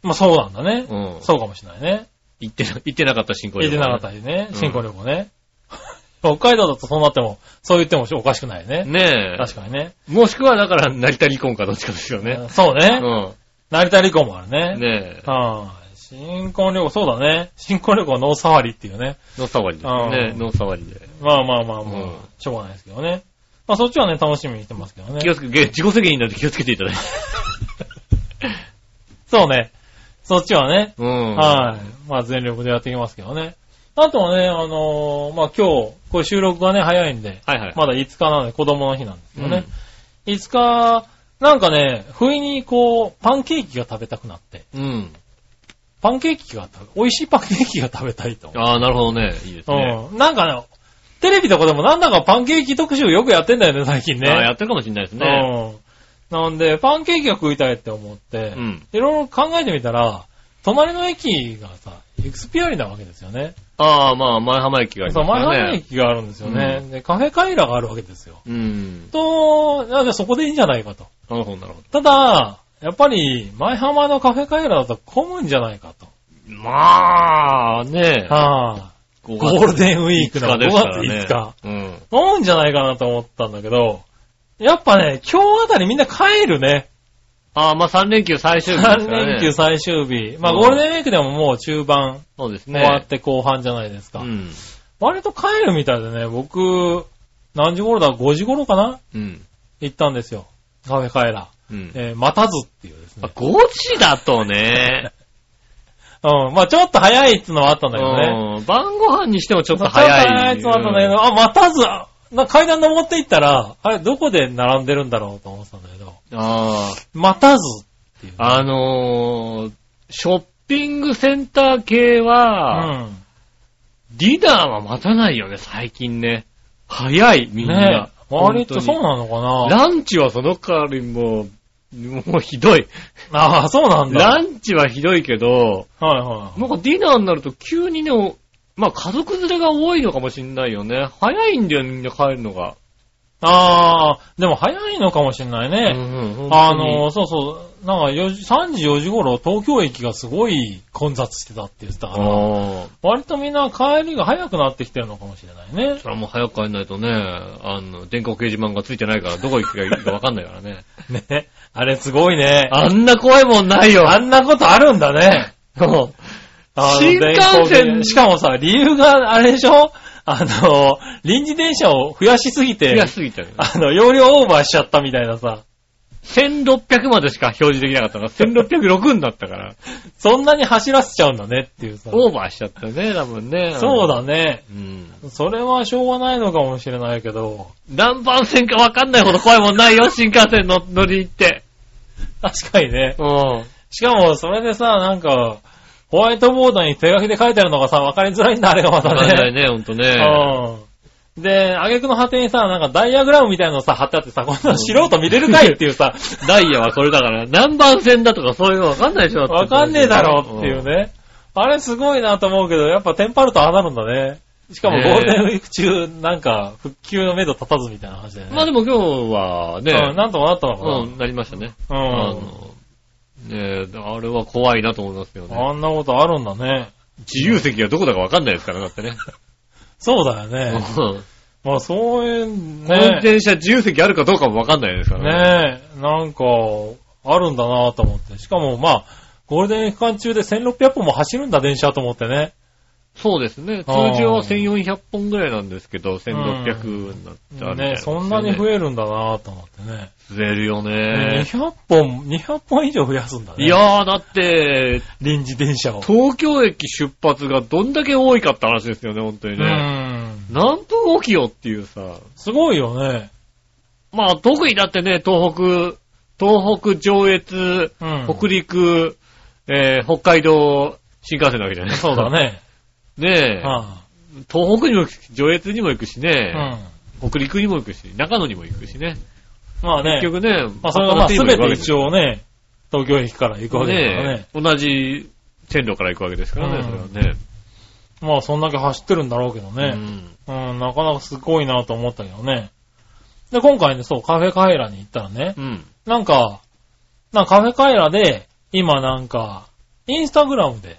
Speaker 3: まあそうなんだね。
Speaker 2: うん。
Speaker 3: そうかもしれないね。
Speaker 2: 行ってな、行ってなかった新婚
Speaker 3: 行
Speaker 2: 旅
Speaker 3: っ
Speaker 2: 行。
Speaker 3: てなかったりね
Speaker 2: う。ん
Speaker 3: 新婚旅行ね。 *laughs* 北海道だとそうなっても、そう言ってもおかしくないよね。
Speaker 2: ねえ。
Speaker 3: 確かにね。
Speaker 2: もしくは、だから、成田離婚かどっちかですよね。
Speaker 3: そう
Speaker 2: う
Speaker 3: ね。
Speaker 2: ん。
Speaker 3: 成田離婚もあるね。
Speaker 2: ねえ。
Speaker 3: はい。新婚旅行、そうだね。新婚旅行ノーサワリっていうね。
Speaker 2: 脳触りですよね。
Speaker 3: うん
Speaker 2: 脳触りで。
Speaker 3: まあまあまあまあ、
Speaker 2: うん
Speaker 3: しょうがないですけどね。まあそっちはね、楽しみにしてますけど
Speaker 2: 気
Speaker 3: ね
Speaker 2: を。つけ、げ自己責任なんで気をつけてい
Speaker 3: *laughs*
Speaker 2: ただいて。
Speaker 3: そうね。そっちはね、
Speaker 2: うん。
Speaker 3: はい。まあ全力でやっていきますけどね。あとはね、あのーまあ今日、これ収録がね、早いんで、
Speaker 2: はいはい。
Speaker 3: まだ5日なので子供の日なんですよね。5日、なんかね、不意にこう、パンケーキが食べたくなって、
Speaker 2: うん。
Speaker 3: パンケーキが食べ、美味しいパンケーキが食べたいと思って
Speaker 2: ああ、なるほどね。いいですね。
Speaker 3: うん。なんかね、テレビとかでもなんだかパンケーキ特集よくやってんだよね、最近ね。
Speaker 2: ああ、やってるかもしれないですね。
Speaker 3: うん。なんで、パンケーキが食いたいって思って、
Speaker 2: うん。
Speaker 3: いろいろ考えてみたら、隣の駅がさ、エクスピアリなわけですよね。
Speaker 2: ああ、まあ、前浜駅があり
Speaker 3: そ
Speaker 2: ま
Speaker 3: う、
Speaker 2: すか
Speaker 3: 前
Speaker 2: ら
Speaker 3: 原
Speaker 2: ね。
Speaker 3: 駅があるんですよね。
Speaker 2: う
Speaker 3: で、カフェカイラがあるわけですよ。
Speaker 2: うん。
Speaker 3: と、あじゃあそこでいいんじゃないかと。
Speaker 2: なるほど、なるほ
Speaker 3: ただ、やっぱり、前浜のカフェカイラだと混むんじゃないかと。
Speaker 2: ど。まあ、ねえ。
Speaker 3: はあ、
Speaker 2: ゴ
Speaker 3: ゴールデンウィークの5
Speaker 2: ですから
Speaker 3: 月
Speaker 2: ね
Speaker 3: 5日。。
Speaker 2: うん。
Speaker 3: 飲むんじゃないかなと思ったんだけど、やっぱね、今日あたりみんな帰るね。
Speaker 2: ああ、まあ、3連休最終日です
Speaker 3: 3
Speaker 2: からね。
Speaker 3: 連休最終日。まあ
Speaker 2: うん
Speaker 3: ゴールデンウィークでももう中盤
Speaker 2: そうですね。
Speaker 3: 終わって後半じゃないですか。
Speaker 2: うん。
Speaker 3: 割と帰るみたいでね、僕、何時頃だ ?5 時頃かな
Speaker 2: うん。
Speaker 3: 行ったんですよ。カフェカエラ。
Speaker 2: うん。
Speaker 3: えー待たずっていうです
Speaker 2: あ
Speaker 3: ね。
Speaker 2: 5時だと
Speaker 3: *laughs*
Speaker 2: ね。
Speaker 3: うん。まあちょっと早いっつのはあったんだけどね。
Speaker 2: うん晩ご飯にしてもちょっ
Speaker 3: ちょ
Speaker 2: と
Speaker 3: っと早
Speaker 2: 早い。
Speaker 3: いっつのはあったんだけど、あ、待たずな階段登って行ったら、あれ、どこで並んでるんだろうと思ってたんだけど、
Speaker 2: あ
Speaker 3: 待たずっていうね、
Speaker 2: あ。あのー、ショッピングセンター系は、
Speaker 3: うん。
Speaker 2: ディナーは待たないよね、最近ね。早い、みんな
Speaker 3: ね。え、割とそう
Speaker 2: 本
Speaker 3: なの
Speaker 2: 当に
Speaker 3: かな
Speaker 2: ランチはその代わりもう、もうひどい。
Speaker 3: ああ、そうなんだ。
Speaker 2: ランチはひどいけど、
Speaker 3: はいはい。
Speaker 2: なんかディナーになると急にね、まあ家族連れが多いのかもしんないよね。早いんだよ、みんな帰るのが。
Speaker 3: ああ、でも早いのかもしれないね。
Speaker 2: うんうん
Speaker 3: あの、、そうそなんか4時、3時4時頃東京駅がすごい混雑してたって言ってたから、
Speaker 2: ああ。
Speaker 3: 割とみんな帰りが早くなってきてるのかもしれないね。
Speaker 2: それはもう早く帰んないとね、あの、電光掲示板がついてないから、どこ行くかいいかわかんないからね。
Speaker 3: ね。あれすごい
Speaker 2: *laughs*
Speaker 3: ね。
Speaker 2: あんな怖いもんないよ。
Speaker 3: あんなことあるんだね。
Speaker 2: そう
Speaker 3: あの
Speaker 2: 新幹線
Speaker 3: 電光でしかもさ、理由があれでしょあの、臨時電車を増やしすぎ
Speaker 2: 気
Speaker 3: て
Speaker 2: が、すぎてる。
Speaker 3: あの、容量オーバーしちゃったみたいなさ、
Speaker 2: 1600までしか表示できなかったから、1606になったから、
Speaker 3: そんなに走らせちゃうんだねっていうさ。
Speaker 2: *laughs* オーバーしちゃったね、多分ね。
Speaker 3: そうだね。
Speaker 2: うん。
Speaker 3: それはしょうがないのかもしれないけど、
Speaker 2: 何番線かわかんないほど怖いもんないよ、新幹線の乗り行って。
Speaker 3: 確かにね。
Speaker 2: うん。
Speaker 3: しかも、それでさ、なんか、ホワイトボードに手書きで書いてあるのがさ、わかりづらいんだ、あれがまた
Speaker 2: わかんない
Speaker 3: ね。
Speaker 2: ね、ほんとね。
Speaker 3: うん。で、挙句の果てにさ、なんかダイアグラムみたいなのさ、貼ってあってさ、こんなの素人見れるかいっていうさ、
Speaker 2: ダイヤはこれだから、何番線だとかそういうのわかんないでしょ。
Speaker 3: わかんねえだろっていうね。あれすごいなと思うけど、やっぱテンパるとああなるんだね。しかもゴールデンウィーク中、なんか、復旧の目処立たずみたいな話だよ
Speaker 2: う
Speaker 3: ね。
Speaker 2: ん。まあでも今日はね、
Speaker 3: うん、なんとかなったのかな。
Speaker 2: うん、なりましたね。
Speaker 3: う
Speaker 2: あ
Speaker 3: ん。
Speaker 2: の、ねえ、あれは怖いなと思いますよね。
Speaker 3: あんなことあるんだね。
Speaker 2: 自由席がどこだかわかんないですから、だってね。
Speaker 3: そうだよね。
Speaker 2: うん
Speaker 3: まあそういう
Speaker 2: この
Speaker 3: ね。
Speaker 2: 電車自由席あるかどうかもわかんないですからね。
Speaker 3: ねえ、なんか、あるんだなと思って。しかもまあ、ゴールデン期間中で1600本も走るんだ電車と思ってね。
Speaker 2: そうですね。通
Speaker 3: あー
Speaker 2: 常は1400本ぐらいなんですけど、1600になっちゃうみたい
Speaker 3: ねそんなに増
Speaker 2: え
Speaker 3: えるんだなと思ってね。
Speaker 2: 増えるよね。
Speaker 3: 200本、200本以上増やすんだね。
Speaker 2: いやー、だって、
Speaker 3: 臨時電車を。
Speaker 2: 東京駅出発がどんだけ多いかって話ですよね、本当に
Speaker 3: う
Speaker 2: ね。
Speaker 3: ん。
Speaker 2: 何分起きよっていうさ。
Speaker 3: すごいよね。
Speaker 2: まあ、特にだってね、東北、東北、上越、
Speaker 3: うん
Speaker 2: 北陸、えー北海道、新幹線なわけじゃない
Speaker 3: そうだ。ね。
Speaker 2: ねえ、
Speaker 3: は
Speaker 2: 東北にも行くし、上越にも行くし
Speaker 3: い
Speaker 2: ね、北陸にも行くし、中野にも行くしね。
Speaker 3: うん。まあね。
Speaker 2: 結局ね、
Speaker 3: まあそれはまあ
Speaker 2: 函
Speaker 3: 全
Speaker 2: 館にも行くわ
Speaker 3: て
Speaker 2: け
Speaker 3: 一応ね、東京駅から行くわけだからね
Speaker 2: ね。え同じ線路から行くわけですからね、
Speaker 3: うん
Speaker 2: それはね。
Speaker 3: まあそんだけ走ってるんだろうけど
Speaker 2: う
Speaker 3: ね。
Speaker 2: ん
Speaker 3: うん、なかなかすごいなと思ったけどね。で、今回ね、そう、カフェカエラに行ったらね、
Speaker 2: うん。
Speaker 3: なんか、なんかカフェカエラで、今なんか、インスタグラムで、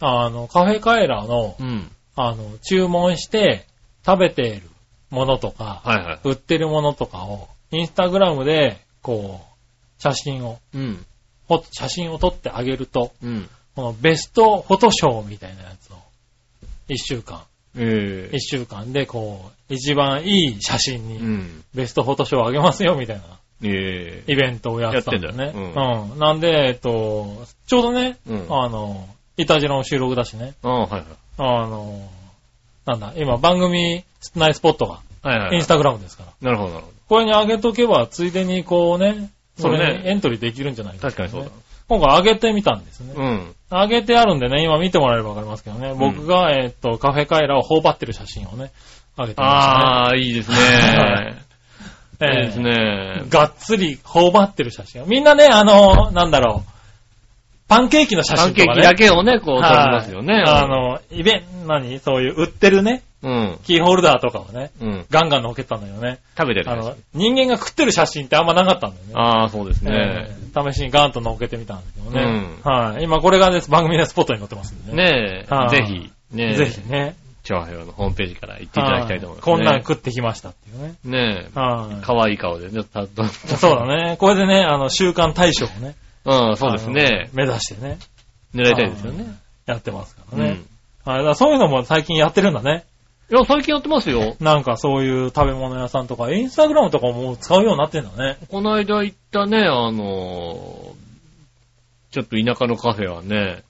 Speaker 3: あの、カフェカエラの、
Speaker 2: うん。
Speaker 3: あの、注文して食べているものとか、
Speaker 2: はいはい。
Speaker 3: 売ってるものとかを、インスタグラムで、こう、写真を、
Speaker 2: うん。
Speaker 3: フォ写真を撮ってあげると、
Speaker 2: うん。
Speaker 3: このベストフォトショーみたいなやつを、一週間、
Speaker 2: ええ
Speaker 3: 一週間でこう、一番いい写真
Speaker 2: う
Speaker 3: に、
Speaker 2: ん。
Speaker 3: ベストフォトショーをあげますよ、みたいな
Speaker 2: ええ
Speaker 3: イベントをやってたんだよ
Speaker 2: や
Speaker 3: ね
Speaker 2: ってん。
Speaker 3: うん。なんで、えっと、ちょうどね、
Speaker 2: うん。あ
Speaker 3: あの、イタジラの収録だしね、
Speaker 2: あ、はいはい。
Speaker 3: あの、なんだ、今番組、内スポットが、
Speaker 2: はいはいはい。
Speaker 3: インスタグラムですから。
Speaker 2: なるほど、なるほ
Speaker 3: これに上げとけば、ついでにこうね、それ
Speaker 2: そう
Speaker 3: に
Speaker 2: ね
Speaker 3: エントリーできるんじゃない
Speaker 2: ど。
Speaker 3: か、
Speaker 2: 確かにそうだ。。
Speaker 3: 今回上げてみたんですね。
Speaker 2: うん。
Speaker 3: 上げてあるんでね、今見てもらえればわかりますけどね。僕が、えーっと、カフェカエラを頬張ってる写真をね、上げてみま
Speaker 2: ああ、いい
Speaker 3: *laughs*
Speaker 2: ですね。
Speaker 3: し
Speaker 2: い
Speaker 3: たね。
Speaker 2: いですね。
Speaker 3: がっつり頬張ってる写真。みんなね、あの、なんだろう、パンケーキの写
Speaker 2: パ
Speaker 3: 真
Speaker 2: ンケ
Speaker 3: と
Speaker 2: ー
Speaker 3: か
Speaker 2: キ
Speaker 3: ね。
Speaker 2: だけをね、こう、食べ
Speaker 3: はい
Speaker 2: ますよね。
Speaker 3: あの、イベント、何そういう売ってるね、
Speaker 2: うん。
Speaker 3: キーホルダーとかをね、
Speaker 2: うん。
Speaker 3: ガンガン乗っけたんだよね。
Speaker 2: 食べてる
Speaker 3: あ
Speaker 2: やつ
Speaker 3: の、人間が食ってる写真ってあんまなかったんだよね。
Speaker 2: ああ、そうですね
Speaker 3: え。ー試しにガーンと乗っけてみたんですけどね。
Speaker 2: う
Speaker 3: はい。今これがね、番組のスポットに載ってますんでね。
Speaker 2: ね
Speaker 3: は
Speaker 2: え、ぜ
Speaker 3: い
Speaker 2: ひ、ねえ、
Speaker 3: ぜひね。
Speaker 2: チョアヘヨのホームページから行っていただきたいと思います、ね。
Speaker 3: こんなん食ってきましたっていうね。
Speaker 2: ねえ、
Speaker 3: は
Speaker 2: かわいい顔でね、たと。
Speaker 3: い。そうだね。これでね、あの、週刊大賞をね。
Speaker 2: うん、そうですね
Speaker 3: あ。の。目指してね。
Speaker 2: 狙いたいですよね。
Speaker 3: やってますから
Speaker 2: うん。
Speaker 3: ね。はい。だからそういうのも最近やってるんだね。
Speaker 2: いや、最近やってますよ。
Speaker 3: なんかそういう食べ物屋さんとか、インスタグラムとかも使うようになってんだね。
Speaker 2: この間行ったね、あのーちょっと田舎のカフェはね、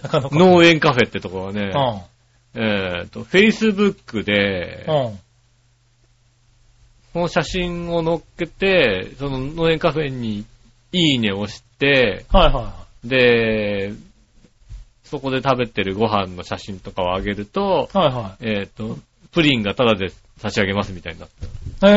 Speaker 3: 田舎の子。
Speaker 2: 農園カフェってとこはね、
Speaker 3: う
Speaker 2: えっ、と、Facebook で、
Speaker 3: ん。うん。
Speaker 2: この写真を載っけて、その農園カフェにいいねをして、
Speaker 3: はいは
Speaker 2: で、そこで食べてるご飯の写真とかをあげると、
Speaker 3: い。はいは
Speaker 2: えっ、と、プリンがタダで差し上げますみたいになって。
Speaker 3: い。へ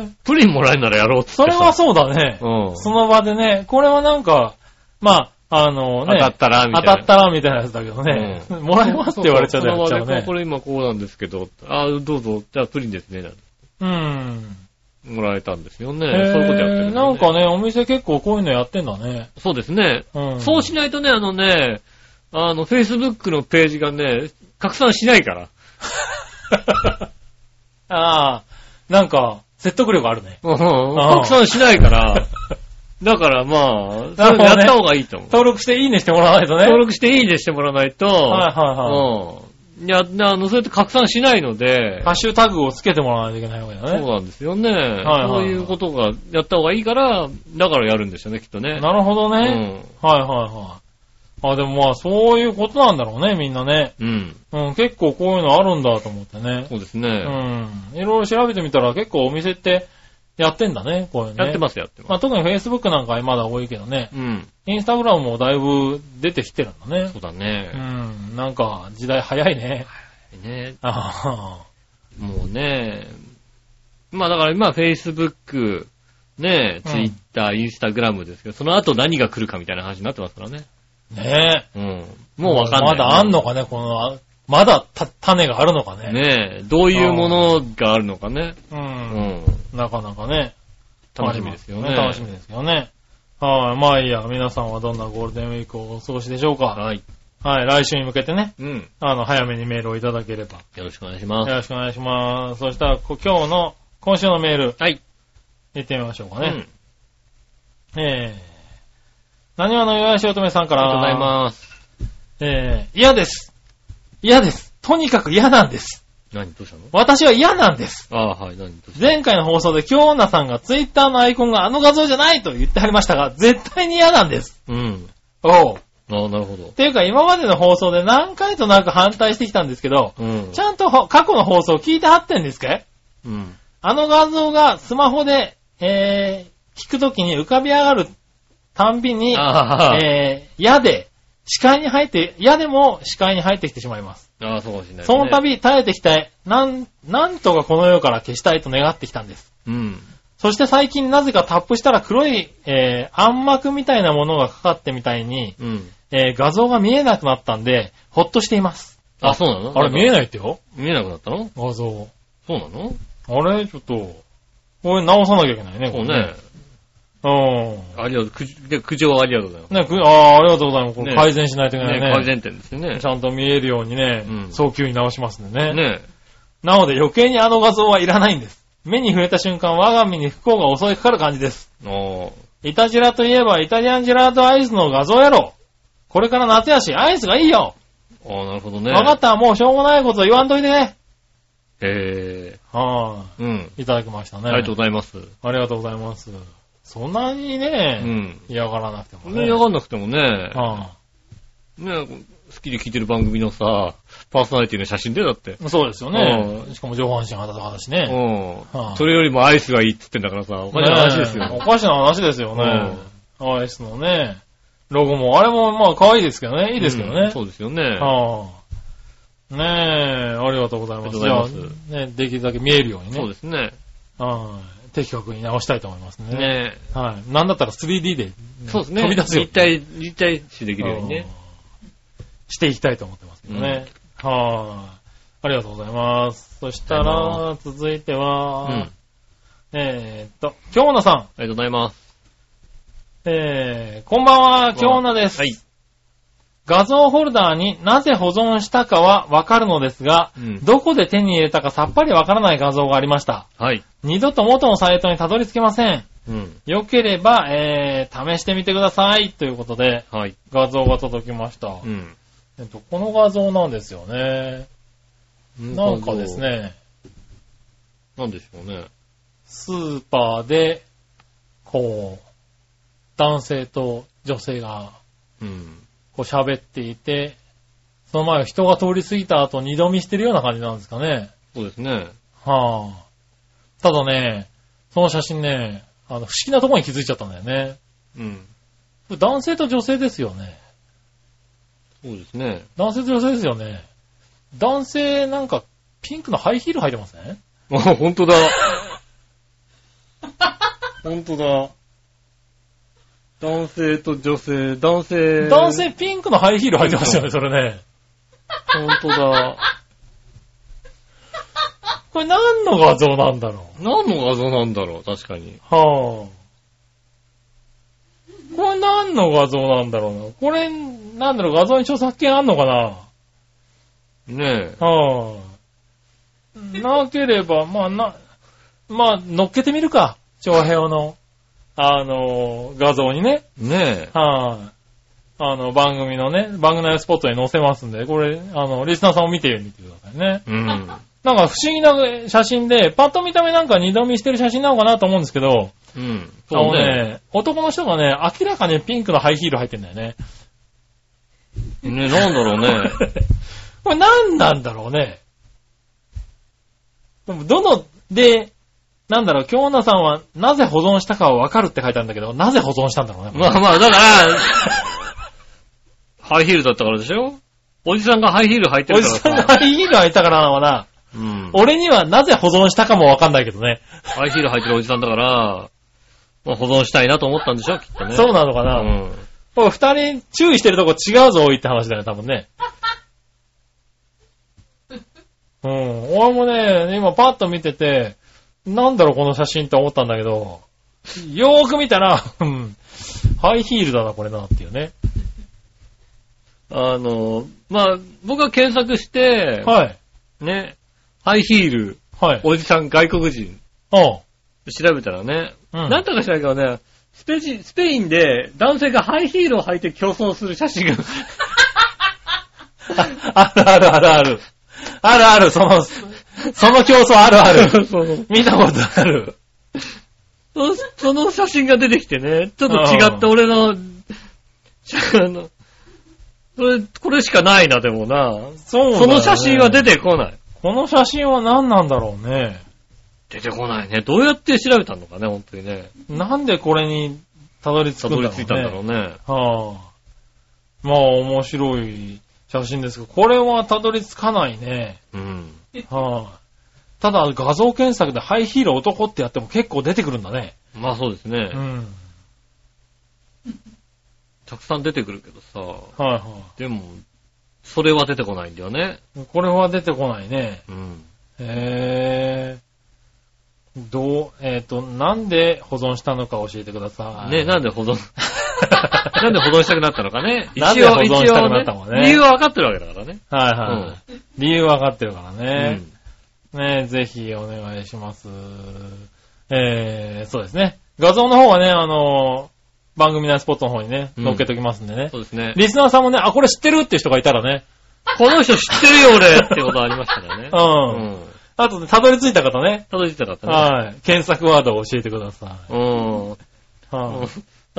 Speaker 3: ー。
Speaker 2: プリンもらえるならやろうっつって
Speaker 3: それ
Speaker 2: さ
Speaker 3: はそうだね。
Speaker 2: うん。
Speaker 3: その場でね、これはなんか、まあ、あの
Speaker 2: 当
Speaker 3: ね、
Speaker 2: たったら、みた
Speaker 3: 当
Speaker 2: いな。
Speaker 3: たったらみたいなやつだけどね、
Speaker 2: う *laughs*
Speaker 3: もらえますって言われちゃうやっちゃう
Speaker 2: そうそうこの場でこ
Speaker 3: ね
Speaker 2: う。これ今こうなんですけど、あどうぞ、じゃあプリンですね、なんて
Speaker 3: うん。
Speaker 2: もらえたんですよね。
Speaker 3: そ
Speaker 2: そういうことやってるんだよ
Speaker 3: なんかね、お店結構こういうのやってんだね。
Speaker 2: そうですね。
Speaker 3: うん。
Speaker 2: そうしないとね、あのね、あの、Facebook のページがね、拡散しないから。
Speaker 3: *laughs* ああ、なんか、説得力あるね。
Speaker 2: うん
Speaker 3: あ
Speaker 2: *laughs* 拡散しないから。だからまあ、そ
Speaker 3: なるほど
Speaker 2: れ
Speaker 3: ね
Speaker 2: やった方がいいと思う。
Speaker 3: 登録していいねしてもらわないとね。
Speaker 2: 登録していいねしてもらわないと、
Speaker 3: はいはいはい。
Speaker 2: うん。いや、あの、それって拡散しないので、
Speaker 3: ハッシュタグをつけてもらわないといけないわけだ
Speaker 2: そう
Speaker 3: ね。
Speaker 2: なんですよね。
Speaker 3: はい
Speaker 2: そういうことがやった方がいいから、だからやるんでしょうね、きっとね。
Speaker 3: なるほどね。はいはいはい。あ、でもまあそういうことなんだろうね、みんなね。
Speaker 2: うん。うん。
Speaker 3: うん、結構こういうのあるんだと思ってね。
Speaker 2: そうです
Speaker 3: う
Speaker 2: ね。
Speaker 3: ん。いろいろ調べてみたら結構お店ってやってんだね、こういうのね。
Speaker 2: やってます、やってま
Speaker 3: まあ特に Facebook なんかはまだ多いけどね。
Speaker 2: す。うん。
Speaker 3: Instagram もだいぶ出てきてるんだね
Speaker 2: そ。うだ
Speaker 3: う
Speaker 2: ね。
Speaker 3: ん、なんか時代早いね。
Speaker 2: ね
Speaker 3: あ
Speaker 2: もうね、まあだから今、Facebook、ね
Speaker 3: うん
Speaker 2: Twitter、Instagram ですけど、その後何が来るかみたいな話になってますからね。
Speaker 3: あ、ね
Speaker 2: うん。
Speaker 3: え。
Speaker 2: もうわかんない。
Speaker 3: まだあんのかね、この、あまだた種があるのかね。
Speaker 2: ねえ、どういうものがあるのかね。
Speaker 3: う。
Speaker 2: うんん。
Speaker 3: なかなかね。
Speaker 2: 楽しみですよね。
Speaker 3: 楽しみですよね。はい。まあいいや、皆さんはどんなゴールデンウィークをお過ごしでしょうか。
Speaker 2: はい。
Speaker 3: はい。来週に向けてね、
Speaker 2: うん。
Speaker 3: あの、早めにメールをいただければ。
Speaker 2: よろしくお願いしま
Speaker 3: よ
Speaker 2: す。
Speaker 3: ろしくお願いします。そしたら、こ今日の、今週のメール、
Speaker 2: はい。
Speaker 3: 行ってみましょうか
Speaker 2: うん。あり
Speaker 3: ね。ええ何話の岩橋乙女さんか
Speaker 2: が
Speaker 3: ら。
Speaker 2: とうございます。
Speaker 3: す。ええ嫌です。嫌です。とにかく嫌なんです。
Speaker 2: 何どうしたの
Speaker 3: 私は嫌なんです。
Speaker 2: ああ、はい、何どうした
Speaker 3: 前回の放送で京女さんがツイッターのアイコンがあの画像じゃないと言ってはりましたが、絶対に嫌なんです。
Speaker 2: うん。
Speaker 3: おう。
Speaker 2: ああ、なるほど
Speaker 3: っ。ていうか今までの放送で何回となく反対してきたんですけど、
Speaker 2: うん
Speaker 3: ち。ゃんとほ過去の放送を聞いてはってんですか
Speaker 2: うん。
Speaker 3: あの画像がスマホで、えー、聞くときに浮かび上がるたんびに、
Speaker 2: ああ、
Speaker 3: えー、矢で、視界に入って、矢でも視界に入ってきてしまいます。
Speaker 2: ああ、そうかもしれないですね。
Speaker 3: その度耐えてきたい、なん、なんとかこの世から消したいと願ってきたんです。
Speaker 2: うん。
Speaker 3: そして最近なぜかタップしたら黒い、えー、暗幕みたいなものがかかってみたいに、
Speaker 2: うん。
Speaker 3: えー、画像が見えなくなったんで、ほっとしています。
Speaker 2: あ、そうなの
Speaker 3: あれ見え
Speaker 2: い。
Speaker 3: ないってよ
Speaker 2: 見えなくなったの
Speaker 3: 画像。
Speaker 2: そうなの
Speaker 3: あれちょっと、これ直さなきゃいけないね。
Speaker 2: そうね。
Speaker 3: これね。
Speaker 2: ありがとう。苦で苦情ありがとうございま
Speaker 3: うん。ね、くああー、ありがとうございます。これ
Speaker 2: ね
Speaker 3: 改善しないといけな
Speaker 2: す。
Speaker 3: い
Speaker 2: ね、
Speaker 3: ね。
Speaker 2: 改善点ですよね
Speaker 3: ち。ゃんと見えるようにね、
Speaker 2: うん
Speaker 3: 早急に直しますんでね。
Speaker 2: ね
Speaker 3: なので余計にあの画像はいらないんです。目に触れた瞬間、我が身に不幸が襲いかかる感じです。
Speaker 2: ああ、
Speaker 3: イタジラといえばイタリアンジェラートアイスの画像やろ。これから夏やし、アイスがいいよ。
Speaker 2: ああ、なるほどね。
Speaker 3: 分かった、もうしょうもないこと言わんといてね。
Speaker 2: へ
Speaker 3: は
Speaker 2: え。うん。
Speaker 3: い。いただきましたね。
Speaker 2: ありがとうございます。
Speaker 3: ありがとうございます。そんなに
Speaker 2: う
Speaker 3: ね、
Speaker 2: ん。
Speaker 3: 嫌がらなくてもね。
Speaker 2: ね、わかんなくてもね、
Speaker 3: は
Speaker 2: ね、好きで聞いてる番組のさ、パーソナリティの写真でだって。
Speaker 3: いそうですよね
Speaker 2: う。
Speaker 3: しかも上半身裸だし
Speaker 2: う
Speaker 3: ね。は
Speaker 2: ん
Speaker 3: い。
Speaker 2: それよりもアイスがいいって言ってんだからさ、お
Speaker 3: お
Speaker 2: 金の話ですよ。
Speaker 3: おかしな話ですよね。アイスのね、ロゴも、あれもまあ可愛いですけどね、いいですけど
Speaker 2: うん
Speaker 3: ね。
Speaker 2: そうですよね。
Speaker 3: はあ、ねえ、ありがとうございます。
Speaker 2: ありがとうございます
Speaker 3: じゃあね、できるだけ見えるようにね。
Speaker 2: そうですね。
Speaker 3: はい的確に直したいと思いますね。
Speaker 2: ね
Speaker 3: はい。なんだったら 3D で
Speaker 2: そうですね。
Speaker 3: 飛び出すよ
Speaker 2: 立体、立体視できるようにね。
Speaker 3: うんしていきたいと思ってますけどね。はい、あ。りがとうございます。そしたら、続いて
Speaker 2: うん。
Speaker 3: は、
Speaker 2: あ
Speaker 3: えーっと、京奈さん。
Speaker 2: りがとうございます。
Speaker 3: えー、こんばんは、京奈です。
Speaker 2: はい。
Speaker 3: 画像フォルダーになぜ保存したかはわかるのですが、
Speaker 2: うん
Speaker 3: どこで手に入れたかさっぱりわからない画像がありました。
Speaker 2: はい。
Speaker 3: 二度と元のサイトにたどり着けません。
Speaker 2: うん。
Speaker 3: よければ、えー、試してみてください。ということで、
Speaker 2: はい。
Speaker 3: 画像が届きました。
Speaker 2: うん。
Speaker 3: えっと、この画像なんですよね。なんかです。ね、
Speaker 2: なんでしょうね。
Speaker 3: スーパーで、こう、男性と女性が、
Speaker 2: うん。
Speaker 3: こう喋っていて、その前を人が通り過ぎた後二度見してるような感じなんですかね。
Speaker 2: そうですね。
Speaker 3: はぁ、ただね、その写真ね、あの、不思議なところに気づいちゃったんだよね。
Speaker 2: うん。
Speaker 3: これ男性と女性ですよね。
Speaker 2: そうですね。
Speaker 3: 男性と女性ですよね。男性なんかピンクのハイヒール履いてますね。
Speaker 2: あ、ほんと
Speaker 3: *laughs*
Speaker 2: だ。ほんとだ。男性と女性、男性。
Speaker 3: 男性ピンクのハイヒール履いてますよね、それね。
Speaker 2: ほんとだ。
Speaker 3: これ何の画像なんだろ
Speaker 2: 何の画像なんだろう、確かに。
Speaker 3: う。はぁ、これ何の画像なんだろうな。これ、なんだろう、画像に著作権あんのかな
Speaker 2: ねえ。
Speaker 3: はぁ、なければ、まあな、まあ、乗っけてみるか。長平の、あの、画像にね。
Speaker 2: ねえ。
Speaker 3: はい、あ。の、番組のね、番組のスポットに載せますんで、これ、あの、リスナーさんを見てみてくださいね。
Speaker 2: うん。
Speaker 3: なんか不思議な写真で、パッと見た目なんか二度見してる写真なのかなと思うんですけど、
Speaker 2: うん。
Speaker 3: あの。ね、男の人がね、明らかにピンクのハイヒール履いてんだ
Speaker 2: *laughs*
Speaker 3: よね。
Speaker 2: ね、なんだろうね。
Speaker 3: これ何なんだろうね。でもどの、で、なんだろう、京奈さんはなぜ保存したかはわかるって書いてあるんだけど、なぜ保存したんだろうね。
Speaker 2: まあまあ、だから、ハイヒールだったからでしょおじさんがハイヒール履いて
Speaker 3: お
Speaker 2: る
Speaker 3: じ
Speaker 2: から
Speaker 3: さんが
Speaker 2: さ。
Speaker 3: ハイヒール履いたからなのかな。
Speaker 2: うん。
Speaker 3: 俺にはなぜ保存したかもわかんないけどね。
Speaker 2: ハイヒール履いてるおじさんだから、まあ保存したいなと思ったんでしょきっとね。
Speaker 3: そうなのか
Speaker 2: う
Speaker 3: な。
Speaker 2: ん。
Speaker 3: これ二人注意してるとこ違うぞ、多いって話だよね、多分ね。うん。俺もね、今パッと見てて、なんだろう、この写真って思ったんだけど、よーく見たら、うんハイヒールだな、これな、っていうね。
Speaker 2: あの、まあ、僕が検索して、
Speaker 3: はい。
Speaker 2: ね、ハイヒール、
Speaker 3: はい。
Speaker 2: おじさん外国人、
Speaker 3: お
Speaker 2: 調べたらね、
Speaker 3: うん
Speaker 2: なんとかしないけどね、スペジ、スペインで男性がハイヒールを履いて競争する写真が、 *laughs*
Speaker 3: あるあるあるある。あるある、その、その競争ある
Speaker 2: *laughs*
Speaker 3: ある。見たことある。
Speaker 2: そその写真が出てきてね、ちょっと違った俺の、 *laughs* あの、これ、これしかないな、でもな。
Speaker 3: そう
Speaker 2: その写真は出
Speaker 3: て、
Speaker 2: てこない。
Speaker 3: この写真は何なんだろうね。
Speaker 2: 出てこないね。どうやって調べたのかね、本当にね。
Speaker 3: なんでこれにたどり着く
Speaker 2: た
Speaker 3: んだろ
Speaker 2: ど
Speaker 3: うね。
Speaker 2: り着いたんだろうね。
Speaker 3: はあ、まあ面白い写真ですが、これはたどり着かないね。
Speaker 2: うん。
Speaker 3: はあ、ただ画像検索でハイヒール男ってやっても結構出てくるんだね。
Speaker 2: まあそうですね。
Speaker 3: うん。
Speaker 2: たくさん出てくるけどさ。
Speaker 3: はいは
Speaker 2: でも、それは出てこないんだよね。
Speaker 3: い。これは出てこないね。
Speaker 2: うん。
Speaker 3: へえ。どう、えっ、と、なんで保存したのか教えてください。
Speaker 2: ね、なんで保 *laughs* 存、なんで保存したくなったのかね。
Speaker 3: なんで保存したくなったのかね
Speaker 2: 一応理由は分かってるわけだからね。
Speaker 3: はいはい。理由わかってるから
Speaker 2: う
Speaker 3: ね。
Speaker 2: ん。
Speaker 3: ねえ、ぜひお願いします。えー、そうですね。画像の方はね、あのー番組のスポットの方にね、
Speaker 2: うん
Speaker 3: 載っけときますんでね。
Speaker 2: そうですね。
Speaker 3: リスナーさんもね、あ、これ知ってるって人がいたらね、
Speaker 2: この人知ってるよ俺ってことありましたから
Speaker 3: *laughs*
Speaker 2: ね。
Speaker 3: うん
Speaker 2: うん。
Speaker 3: あとでたどり着いた方ね、
Speaker 2: たどり着いたかったね。
Speaker 3: はい、検索ワードを教えてくださ
Speaker 2: うん。
Speaker 3: い。はい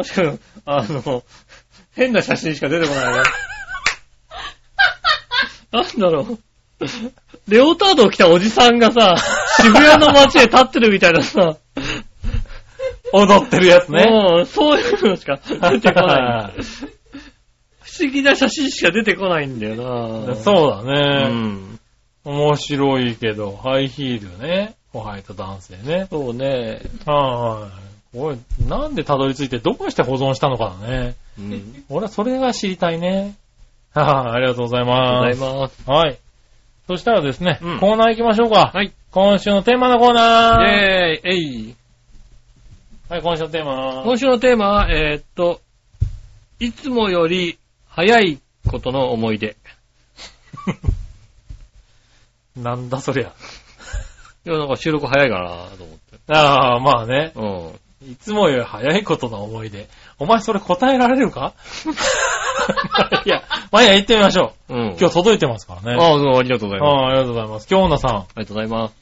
Speaker 2: 確かに、あの、変な写真しか出てこないね。なんだろう。レオタードを着たおじさんがさ、渋谷の街へ立ってるみたいなさ、
Speaker 3: 踊ってるやつね。
Speaker 2: もう、そういうのしか出てこな。
Speaker 3: はい
Speaker 2: 不思議な写真しか出てこないんだよな。
Speaker 3: そうう
Speaker 2: う
Speaker 3: だね、
Speaker 2: ん。
Speaker 3: 面白いけど、ハイヒールね、お履いた男性ね。
Speaker 2: そうね。
Speaker 3: はい。これ、なんでたどり着いて、どうして保存したのかだね。
Speaker 2: うん。
Speaker 3: 俺はそれが知りた
Speaker 2: *laughs*
Speaker 3: いね。はい、ありがとうござい
Speaker 2: あ
Speaker 3: ま
Speaker 2: りがとう
Speaker 3: す。
Speaker 2: ございます。
Speaker 3: はい。そしたらですね、
Speaker 2: うん
Speaker 3: コーナー行きましょうか。
Speaker 2: はい。
Speaker 3: 今週のテーマのコーナー。
Speaker 2: イェーイ、えい。
Speaker 3: はい、今週のテーマ。
Speaker 2: 今週のテーマは、えーっと、いつもより早いことの思い出。
Speaker 3: なんだそりゃ。
Speaker 2: いや、なんか収録早いかなと思って。
Speaker 3: ああ、まあね。
Speaker 2: うん。
Speaker 3: いつもより早いことの思い出。お前それ答えられ
Speaker 2: *laughs*
Speaker 3: るかいや、まあいいや、行ってみましょ
Speaker 2: うん
Speaker 3: う。。今日届いてますからね。
Speaker 2: ああ、どうもありがとうございます。
Speaker 3: ああ、ありがとうございます。今日のさん。
Speaker 2: ありがとうございます。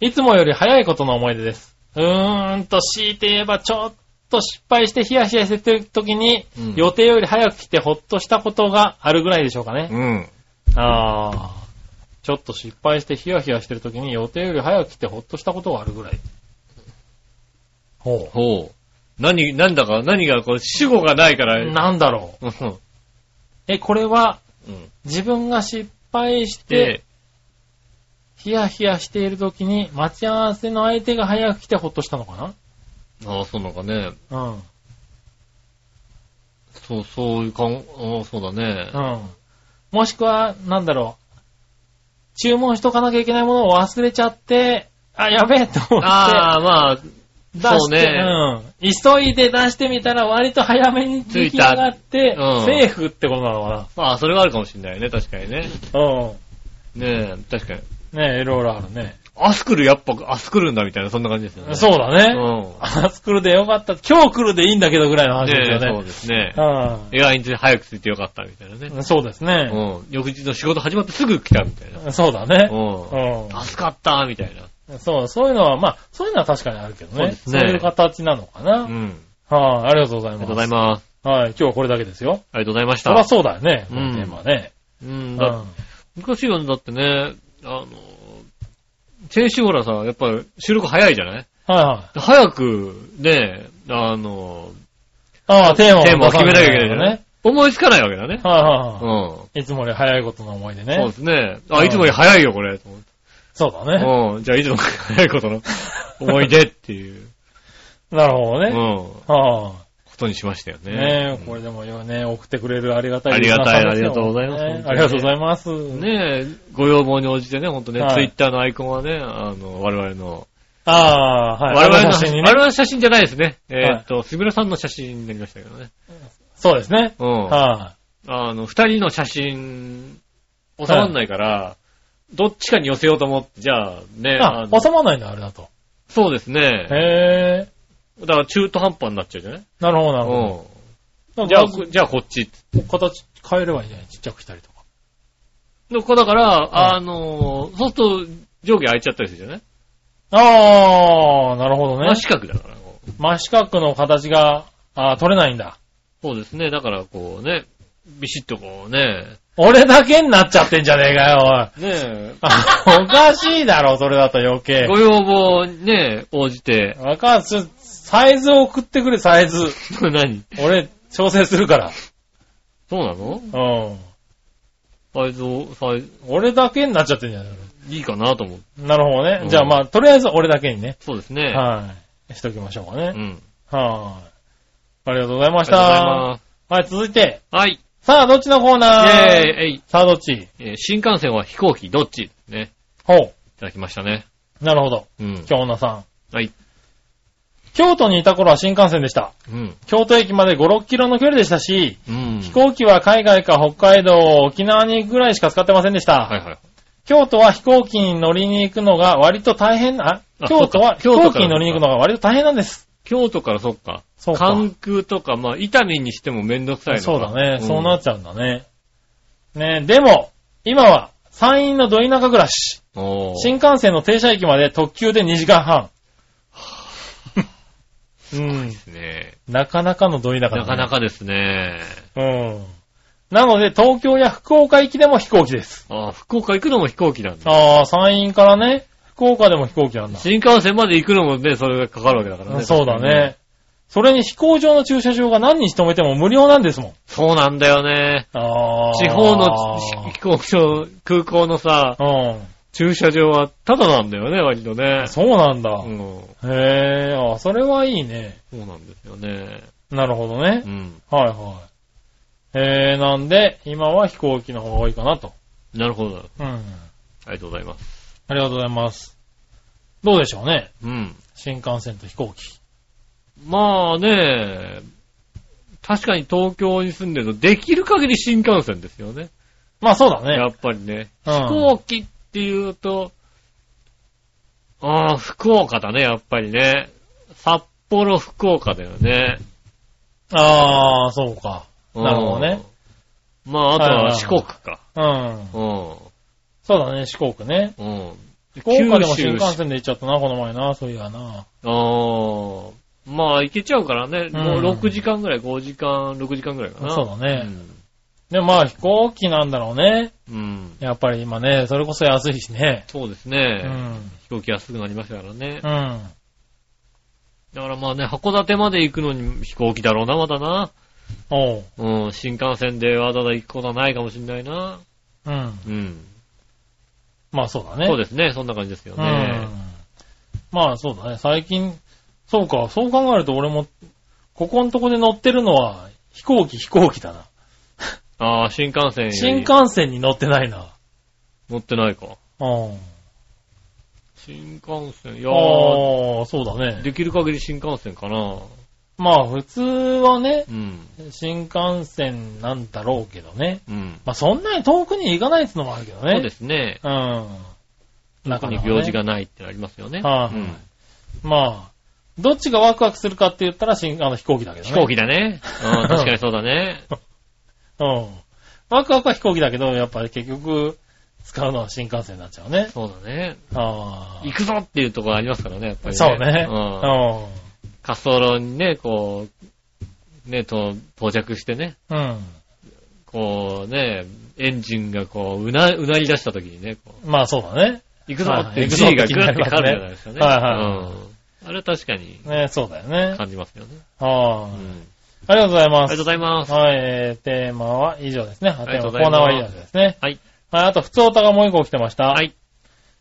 Speaker 3: いつもより早いことの思い出です。うーんと、強いて言えば、ちょっと失敗してヒヤヒヤしてる時に、
Speaker 2: うん
Speaker 3: 予定より早く来てほっとしたことがあるぐらいでしょうかね。
Speaker 2: うん。
Speaker 3: ああ。ちょっと失敗してヒヤヒヤしてる時に予定より早く来てほっとしたことがあるぐらい。ほ
Speaker 2: ほう。何、なんだか、何が、これ、主語がないから。
Speaker 3: なんだろう。
Speaker 2: うん。
Speaker 3: え、これは
Speaker 2: うん。
Speaker 3: 自分が失敗して
Speaker 2: で、
Speaker 3: ヒヤヒヤしている時に待ち合わせの相手が早く来てほっとしたのか
Speaker 2: ああ、そうなんかね。
Speaker 3: なうん。
Speaker 2: そう、そういうかん、ああ、そうだね。
Speaker 3: うん。もしくは、なんだろう。注文しとかなきゃいけないものを忘れちゃって、あ、やべえと思って、
Speaker 2: ああ、まあ、
Speaker 3: 出
Speaker 2: そ
Speaker 3: し
Speaker 2: う
Speaker 3: て、
Speaker 2: ね。
Speaker 3: うん。急いで出してみたら割と早めに出来上がっ
Speaker 2: 着
Speaker 3: て、
Speaker 2: いたうん
Speaker 3: セーフってことなのか
Speaker 2: まあ、それはあるかもしれないよね、確かにね。
Speaker 3: な。う
Speaker 2: ねえ、確かに。
Speaker 3: ん。ねえ、いろいろあるね。
Speaker 2: アスクルやっぱ、アスクルんだみたいな、そんな感じですよね。
Speaker 3: そうだ
Speaker 2: う
Speaker 3: ね。
Speaker 2: ん。
Speaker 3: あスクルでよかった。今日来るでいいんだけどぐらいの話ですよ
Speaker 2: ねえ、
Speaker 3: ね。
Speaker 2: そうですね。
Speaker 3: う
Speaker 2: エアインズ早く着いてよかったみたいなね。
Speaker 3: ん。そうですね。
Speaker 2: うん。翌日の仕事始まってすぐ来たみたいな。
Speaker 3: そうだね。
Speaker 2: うん。
Speaker 3: う
Speaker 2: 助かったみたいな。
Speaker 3: ん。そう、そういうのは、まあ、そういうのは確かにあるけど
Speaker 2: そう
Speaker 3: ね。
Speaker 2: です
Speaker 3: そう
Speaker 2: ね
Speaker 3: いう形なのかな。
Speaker 2: うん。
Speaker 3: はい、あ。りがとうござい
Speaker 2: ありが
Speaker 3: ます。
Speaker 2: とうございます。
Speaker 3: はい、今日はこれだけですよ。
Speaker 2: ありがとうございまし
Speaker 3: そりゃ
Speaker 2: た。
Speaker 3: そうだよね、
Speaker 2: う
Speaker 3: こ
Speaker 2: ん
Speaker 3: のテーマね。
Speaker 2: うん。
Speaker 3: う
Speaker 2: だ
Speaker 3: ん。
Speaker 2: 難しいよね。だってね、あの、先週ほらさ、やっぱ収録早いじゃない
Speaker 3: はいはい。
Speaker 2: 早く、ね、あの、
Speaker 3: ああ、テーマ
Speaker 2: テーマを決めなきゃいけないじゃ
Speaker 3: よ
Speaker 2: ない
Speaker 3: ね。
Speaker 2: 思いつかないわけだね。
Speaker 3: はいはいはい。
Speaker 2: う
Speaker 3: いつもより早いことの思い出
Speaker 2: ん。そうで
Speaker 3: ね。
Speaker 2: すね。あ、いつもより早いよ、これ。と思って
Speaker 3: そうだね。
Speaker 2: うん。じゃあ、いつもより早いことの思い出っていう、
Speaker 3: なるほど
Speaker 2: うん。
Speaker 3: ね。
Speaker 2: こ
Speaker 3: はあ。
Speaker 2: とにしましたよね。
Speaker 3: ねえ、これでもよね、送ってくれるありがたい
Speaker 2: ありがたい
Speaker 3: リスナーさんです
Speaker 2: あり
Speaker 3: よ
Speaker 2: がとうございます
Speaker 3: ね
Speaker 2: 本当にね
Speaker 3: ありがとうございます。ね。
Speaker 2: ねえ、ご要望に応じてね、ほんとね、
Speaker 3: はい
Speaker 2: ツイッターのアイコンはね、あの、我々の、
Speaker 3: ああ、はい。
Speaker 2: 我々の
Speaker 3: 写真に
Speaker 2: 我
Speaker 3: ね。
Speaker 2: 々の写真じゃないですね。え
Speaker 3: い
Speaker 2: ーっと、杉村さんの写真になりましたけどね。
Speaker 3: そうですね。
Speaker 2: うん。
Speaker 3: は
Speaker 2: あの、二人の写真、収まんないから、どっちかに寄せようと思って、じゃあね
Speaker 3: い。、あ、
Speaker 2: の
Speaker 3: 収まらないんだ、あれだと。
Speaker 2: そうですね。
Speaker 3: へえ。
Speaker 2: だから中途半端になっちゃうじゃない
Speaker 3: なるほど、なるほ
Speaker 2: う
Speaker 3: ど。
Speaker 2: ん。じゃあ、
Speaker 3: こ
Speaker 2: こじゃあこっち。
Speaker 3: 形変えればいいんじゃないちっちゃくしたりとか。
Speaker 2: の子だから、あの、そうすると上下空いちゃったりするじゃない
Speaker 3: ああ、なるほどね
Speaker 2: 真。四角だから。こう
Speaker 3: 真四角の形が、あー取れないんだ。
Speaker 2: そうですね。だからこうね、ビシッとこうね、
Speaker 3: 俺だけになっちゃってんじゃねえかよ、おい。 *laughs*
Speaker 2: ねえ、
Speaker 3: あおかしいだろ、それだと余計。
Speaker 2: ご要望にね、応じて、 *laughs*
Speaker 3: わかん、ちょサイズを送ってくれ、サイズ。
Speaker 2: 何
Speaker 3: 俺、調整するから。
Speaker 2: そうなの
Speaker 3: うん。
Speaker 2: サイズを、サイズ、
Speaker 3: 俺だけになっちゃってんじゃない
Speaker 2: いいかなと思う。
Speaker 3: なるほどね。
Speaker 2: うん
Speaker 3: じゃあまあ、とりあえず俺だけにね。
Speaker 2: そうですね。
Speaker 3: はい。しときましょうかね。
Speaker 2: うん。
Speaker 3: はい。ありがとうございま
Speaker 2: あ
Speaker 3: し
Speaker 2: りがとうご
Speaker 3: た。
Speaker 2: ざいます。
Speaker 3: はい、続いて。
Speaker 2: はい。
Speaker 3: さあ、どっちのコーナー
Speaker 2: イェーイえい
Speaker 3: さあ、どっち
Speaker 2: えー新幹線は飛行機どっちね。
Speaker 3: ほ
Speaker 2: いただきましたね。
Speaker 3: う。なるほど。
Speaker 2: うん。
Speaker 3: 京女さん。
Speaker 2: はい。
Speaker 3: 京都にいた頃は新幹線でした。
Speaker 2: うん。
Speaker 3: 京都駅まで5、6キロの距離でしたし、
Speaker 2: うん。
Speaker 3: 飛行機は海外か北海道、沖縄に行くぐらいしか使ってませんでした。
Speaker 2: はいはい。
Speaker 3: 京都は飛行機に乗りに行くのが割と大変な、
Speaker 2: あ
Speaker 3: あ京都は飛
Speaker 2: そうか
Speaker 3: 行機に乗りに行くのが割と大変なんです。
Speaker 2: 京都からそっか。
Speaker 3: そうか。
Speaker 2: 関空とか、まあ、伊丹にしてもめんどくさいのか
Speaker 3: そうだね、そうなっ
Speaker 2: ち
Speaker 3: ちゃうんだね。ねでも、今は山陰のど田舎暮らし。
Speaker 2: ゃうん。
Speaker 3: 新幹線の停車駅まで特急で2時
Speaker 2: *laughs*
Speaker 3: 間半。うん。
Speaker 2: ね
Speaker 3: なかなかのど田舎だ、ね。
Speaker 2: なかなかですね。
Speaker 3: うん。なので、東京や福岡行きでも飛行機です。
Speaker 2: あー福岡行くのも飛行機なんだ。
Speaker 3: ああ、山陰からね、福岡でも飛行機なんだ。
Speaker 2: 新幹線まで行くのもね、それがかかるわけだからね。
Speaker 3: そうだね。それに飛行場の駐車場が何にしてもいても無料なんですもん。
Speaker 2: そうなんだよね。
Speaker 3: ああ。
Speaker 2: 地方の飛行場、空港のさ、
Speaker 3: う
Speaker 2: 駐車場はタダなんだよね、割とね
Speaker 3: ん。。そうなんだ。
Speaker 2: うん。
Speaker 3: へえ、あ、それはいいね。
Speaker 2: そうなんですよね。
Speaker 3: なるほどね
Speaker 2: う。ん。
Speaker 3: はいはい。えー、なんで、今は飛行機の方がいいかなと。
Speaker 2: なるほど。
Speaker 3: うん。
Speaker 2: ありがとうございます。
Speaker 3: ありがとうございます。どうでしょうね。
Speaker 2: うん。
Speaker 3: 新幹線と飛行機。
Speaker 2: まあね、確かに東京に住んでると、できる限り新幹線ですよね。
Speaker 3: まあそうだ
Speaker 2: や
Speaker 3: ね。
Speaker 2: っぱりね。
Speaker 3: うん
Speaker 2: 飛行機っていうと、ああ、福岡だね、やっぱりね。札幌、福岡だよね。
Speaker 3: あー、そうか。
Speaker 2: うん
Speaker 3: なるほどね。
Speaker 2: まあ、あと
Speaker 3: はいはい
Speaker 2: は
Speaker 3: はい
Speaker 2: 四国か。
Speaker 3: うん。
Speaker 2: うん。
Speaker 3: そうだね、四国ね。
Speaker 2: うん。
Speaker 3: 福岡でも新
Speaker 2: 九州
Speaker 3: 幹線で行っちゃったな、この前な、そういやな。
Speaker 2: ああ。まあ、行けちゃうからね。もう
Speaker 3: うん
Speaker 2: 6時間ぐらい、5時間、6時間ぐらいかな。
Speaker 3: そうだね。でもまあ飛行機なんだろうね。
Speaker 2: うん。うん。
Speaker 3: やっぱり今ね、それこそ安いしね。
Speaker 2: そうです
Speaker 3: う
Speaker 2: ね。
Speaker 3: ん。
Speaker 2: 飛行機安くなりましたからね。
Speaker 3: うん。
Speaker 2: だからまあね、函館まで行くのに飛行機だろうな、まだな。
Speaker 3: おう。
Speaker 2: うん、新幹線でわざわざ行くことはないかもしれないな。
Speaker 3: うん。
Speaker 2: うん。
Speaker 3: まあそうだね。
Speaker 2: そうですね、そんな感じですよね。
Speaker 3: うんまあそうだね、最近、そうか、そう考えると俺も、ここのとこで乗ってるのは、飛行機、飛行機だな。
Speaker 2: ああ、新幹線より
Speaker 3: 新幹線に乗ってないな。
Speaker 2: 乗ってないか。
Speaker 3: うん。
Speaker 2: 新幹線、いやー
Speaker 3: ああ、そうだね。
Speaker 2: できる限り新幹線かな。
Speaker 3: まあ普通はね、
Speaker 2: うん。
Speaker 3: 新幹線なんだろうけどね。
Speaker 2: うん。
Speaker 3: まあそんなに遠くに行かないってのもあるけどね。
Speaker 2: そうですね。
Speaker 3: うん。な
Speaker 2: 特に行事がないってのありますよね。
Speaker 3: はい
Speaker 2: うん
Speaker 3: まあ、どっちがワクワクするかって言ったら新、あの飛行機だけどね。
Speaker 2: 飛行機だ *laughs* ね。うん、確かにそうだね。
Speaker 3: うん。ワクワクは飛行機だけど、やっぱり結局、使うのは新幹線になっちゃうね。
Speaker 2: そうだね。
Speaker 3: あ
Speaker 2: 行くぞっていうところありますからね、やっぱり
Speaker 3: あ。
Speaker 2: ね。
Speaker 3: そうね。
Speaker 2: う。
Speaker 3: うんん。
Speaker 2: 滑走路にね、こう、ね、と、到着してね、
Speaker 3: うん。
Speaker 2: こうね、エンジンがこう、うな、うなり出した時にね、こう、
Speaker 3: まあそうだね。
Speaker 2: 行くぞっ
Speaker 3: はいは
Speaker 2: て
Speaker 3: い行くぞっ
Speaker 2: G
Speaker 3: て
Speaker 2: がグッてかかるじゃないですかね。
Speaker 3: はいはい
Speaker 2: うん。あれは確かに
Speaker 3: ね、そうだよね。
Speaker 2: 感じますよね。
Speaker 3: は
Speaker 2: う
Speaker 3: い、
Speaker 2: ん。
Speaker 3: ありがとうござい
Speaker 2: あ
Speaker 3: ま
Speaker 2: りがとう
Speaker 3: す
Speaker 2: ご。ざいます。
Speaker 3: はい、えー、テーマは以上ですね。テ
Speaker 2: りがと
Speaker 3: ーマ
Speaker 2: うご
Speaker 3: コ
Speaker 2: ざいま
Speaker 3: ー
Speaker 2: す
Speaker 3: ナーは以上ですね。
Speaker 2: はい。
Speaker 3: はい、あと、普通オタがもう一個来てました。
Speaker 2: はい。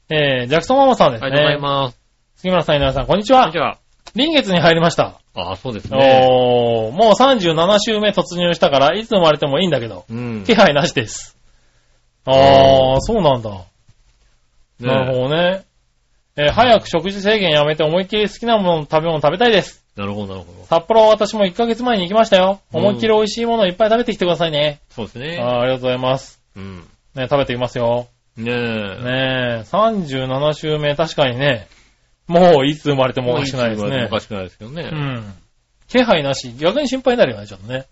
Speaker 3: えー、ジャクソンママさん
Speaker 2: あり
Speaker 3: です
Speaker 2: が
Speaker 3: ね。
Speaker 2: とうございます。
Speaker 3: 杉村さん、井上さん、こんにち
Speaker 2: こん
Speaker 3: は
Speaker 2: にち。は。
Speaker 3: 臨月に入りました。
Speaker 2: ああ、そうですね。
Speaker 3: おー、もう37週目突入したから、いつ生まれてもいいんだけど、
Speaker 2: うん。
Speaker 3: 気
Speaker 2: ね
Speaker 3: 配なしです。あー、そうなんだ。なるほどね。えー早く食事制限やめて思いっきり好きなもの、食べ物食べたいです。
Speaker 2: なるほど、なるほど。
Speaker 3: 札幌は私も1ヶ月前に行きましたよ。
Speaker 2: うん
Speaker 3: 思いっきり美味しいものをいっぱい食べてきてくださいね。
Speaker 2: そうです
Speaker 3: あ
Speaker 2: ね。
Speaker 3: ーありがとうございます。
Speaker 2: うん。
Speaker 3: ね、食べてきますよ。
Speaker 2: ねえ。
Speaker 3: ねえ、37週目、確かにね、もういつ生まれてもおかしくないですね
Speaker 2: お。かしくないですけどね。
Speaker 3: うん。気配なし、逆に心配になるよね、ちょっとね。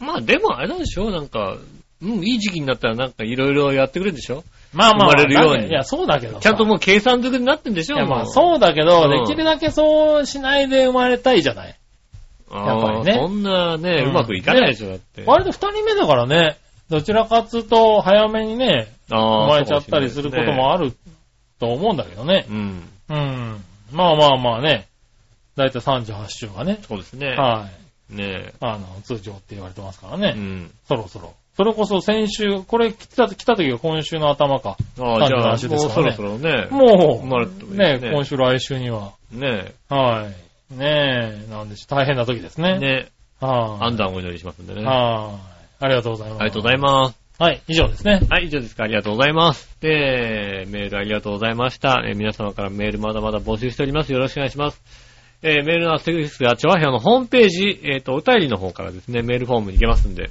Speaker 2: まあでもあれなんでしょなんか、うん、いい時期になったらなんかいろいろやってくれるんでしょ
Speaker 3: まあまあ、
Speaker 2: 生まれるように
Speaker 3: いや、そうだけどさ。
Speaker 2: ちゃんともう計算づくになってんでしょ
Speaker 3: いや、まあ、
Speaker 2: う。
Speaker 3: そうだけど、
Speaker 2: うん
Speaker 3: できるだけそうしないで生まれたいじゃない。
Speaker 2: や
Speaker 3: や
Speaker 2: っ
Speaker 3: っ
Speaker 2: ぱ
Speaker 3: ぱ
Speaker 2: り
Speaker 3: り
Speaker 2: ね。
Speaker 3: ね
Speaker 2: そんなね、
Speaker 3: うん
Speaker 2: うまくいかないでしょ、だって。
Speaker 3: 割と二人目だからね、どちらかっつうと早めにね、
Speaker 2: あ
Speaker 3: 生
Speaker 2: あ
Speaker 3: まれちゃったりすることも
Speaker 2: あ
Speaker 3: あると思うんだけどね。
Speaker 2: る。うん。
Speaker 3: うん。まあまあまあね、だいたい38週がね、
Speaker 2: そうですね。
Speaker 3: はい。
Speaker 2: ね
Speaker 3: あの、通常って言われてますから
Speaker 2: え。
Speaker 3: ね
Speaker 2: う、ん。
Speaker 3: そろそろ。それこそ先週、これ来た、来た時が今週の頭か。
Speaker 2: ああ、じゃあ、もう
Speaker 3: 37で
Speaker 2: そ
Speaker 3: すからね
Speaker 2: ろそろね。
Speaker 3: も
Speaker 2: 生
Speaker 3: う、
Speaker 2: まれてもいい
Speaker 3: ね
Speaker 2: です
Speaker 3: 今週来週には。
Speaker 2: ね
Speaker 3: はい。ねえ、なんでしょう、大変な時です
Speaker 2: え。
Speaker 3: ね。
Speaker 2: ねえ。
Speaker 3: はい、
Speaker 2: 判断をお祈りしますんでね。あ
Speaker 3: はい。ありがとうございます。
Speaker 2: りがとうございます。
Speaker 3: はい、以上ですね。
Speaker 2: はい、以上ですか。ありがとうございます。で、メールありがとうございました。えー皆様からメールまだまだ募集しております。よろしくお願いします。えーメールのアセクスやチョアヘアのホームページ、えっ、と、お便りの方からですね、メールフォームに行けますんで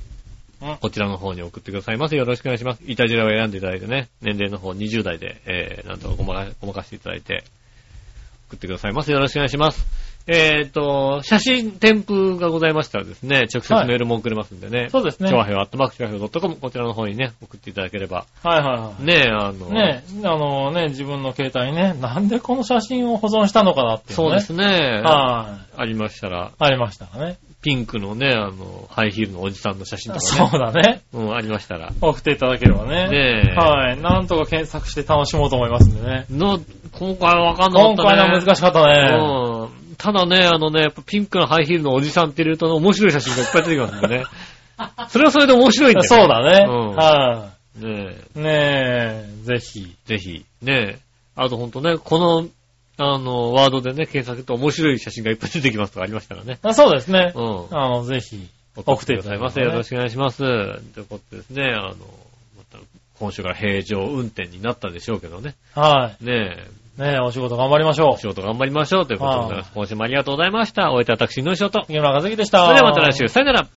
Speaker 3: うん、
Speaker 2: こちらの方に送ってくださいませ。よろしくお願いします。イタジラを選んでいただいてね、年齢の方20代で、えー、なんとかごまかごまかしていただいて、送ってくださいませ。よろしくお願いします。えっ、と、写真、添付がございましたらですね、直接メールも送れますんでね。
Speaker 3: そうですね。
Speaker 2: チョア
Speaker 3: はい
Speaker 2: ヘア、アットマークチョアヘア .com、こちらの方にね、送っていただければ。
Speaker 3: はいはい。
Speaker 2: ねえ、あの、
Speaker 3: ねあのね、自分の携帯ね、なんでこの写真を保存したのかなっていうね。
Speaker 2: そうですね。
Speaker 3: は
Speaker 2: ありましたら、
Speaker 3: い。ありましたかね。
Speaker 2: ピンクのね、あの、ハイヒールのおじさんの写真と
Speaker 3: そ
Speaker 2: か
Speaker 3: う
Speaker 2: ね。
Speaker 3: だね。
Speaker 2: うん、ありましたら。
Speaker 3: 送っていただければね。
Speaker 2: ねえ
Speaker 3: はい。なんとか検索して楽しもうと思いますんでね。
Speaker 2: の、今回はわかんなか
Speaker 3: 今
Speaker 2: ったね。
Speaker 3: 回のは難しかったね。
Speaker 2: うん。ただね、あのね、やっぱピンクのハイヒールのおじさんって入れるとね、面白い写真がいっぱい出てきますんで
Speaker 3: *laughs*
Speaker 2: ね。それはそれで面白いんだよ。
Speaker 3: そうだね。
Speaker 2: うん
Speaker 3: は
Speaker 2: ね
Speaker 3: い。ねえ、ぜひ。
Speaker 2: え、ぜひ。ねえ。あとほんとね、この、あの、ワードでね、検索と面白い写真がいっぱい出てきますとかありましたらね。
Speaker 3: あそうですね。
Speaker 2: うん。
Speaker 3: あの、ぜひ。
Speaker 2: 送ってくださいませ。よ
Speaker 3: 送
Speaker 2: ろ
Speaker 3: っ
Speaker 2: しくお願いします。ということですね。あの、また今週から平常運転になったでしょうけどね。
Speaker 3: は
Speaker 2: ねえ、
Speaker 3: い。ねえ、お仕事頑張りましょ
Speaker 2: お仕事頑張りましょうということでございます。今週もありがとうございました。お相手は私、井上翔と。
Speaker 3: う。杉村和樹でした。
Speaker 2: それではまた来週。さよなら。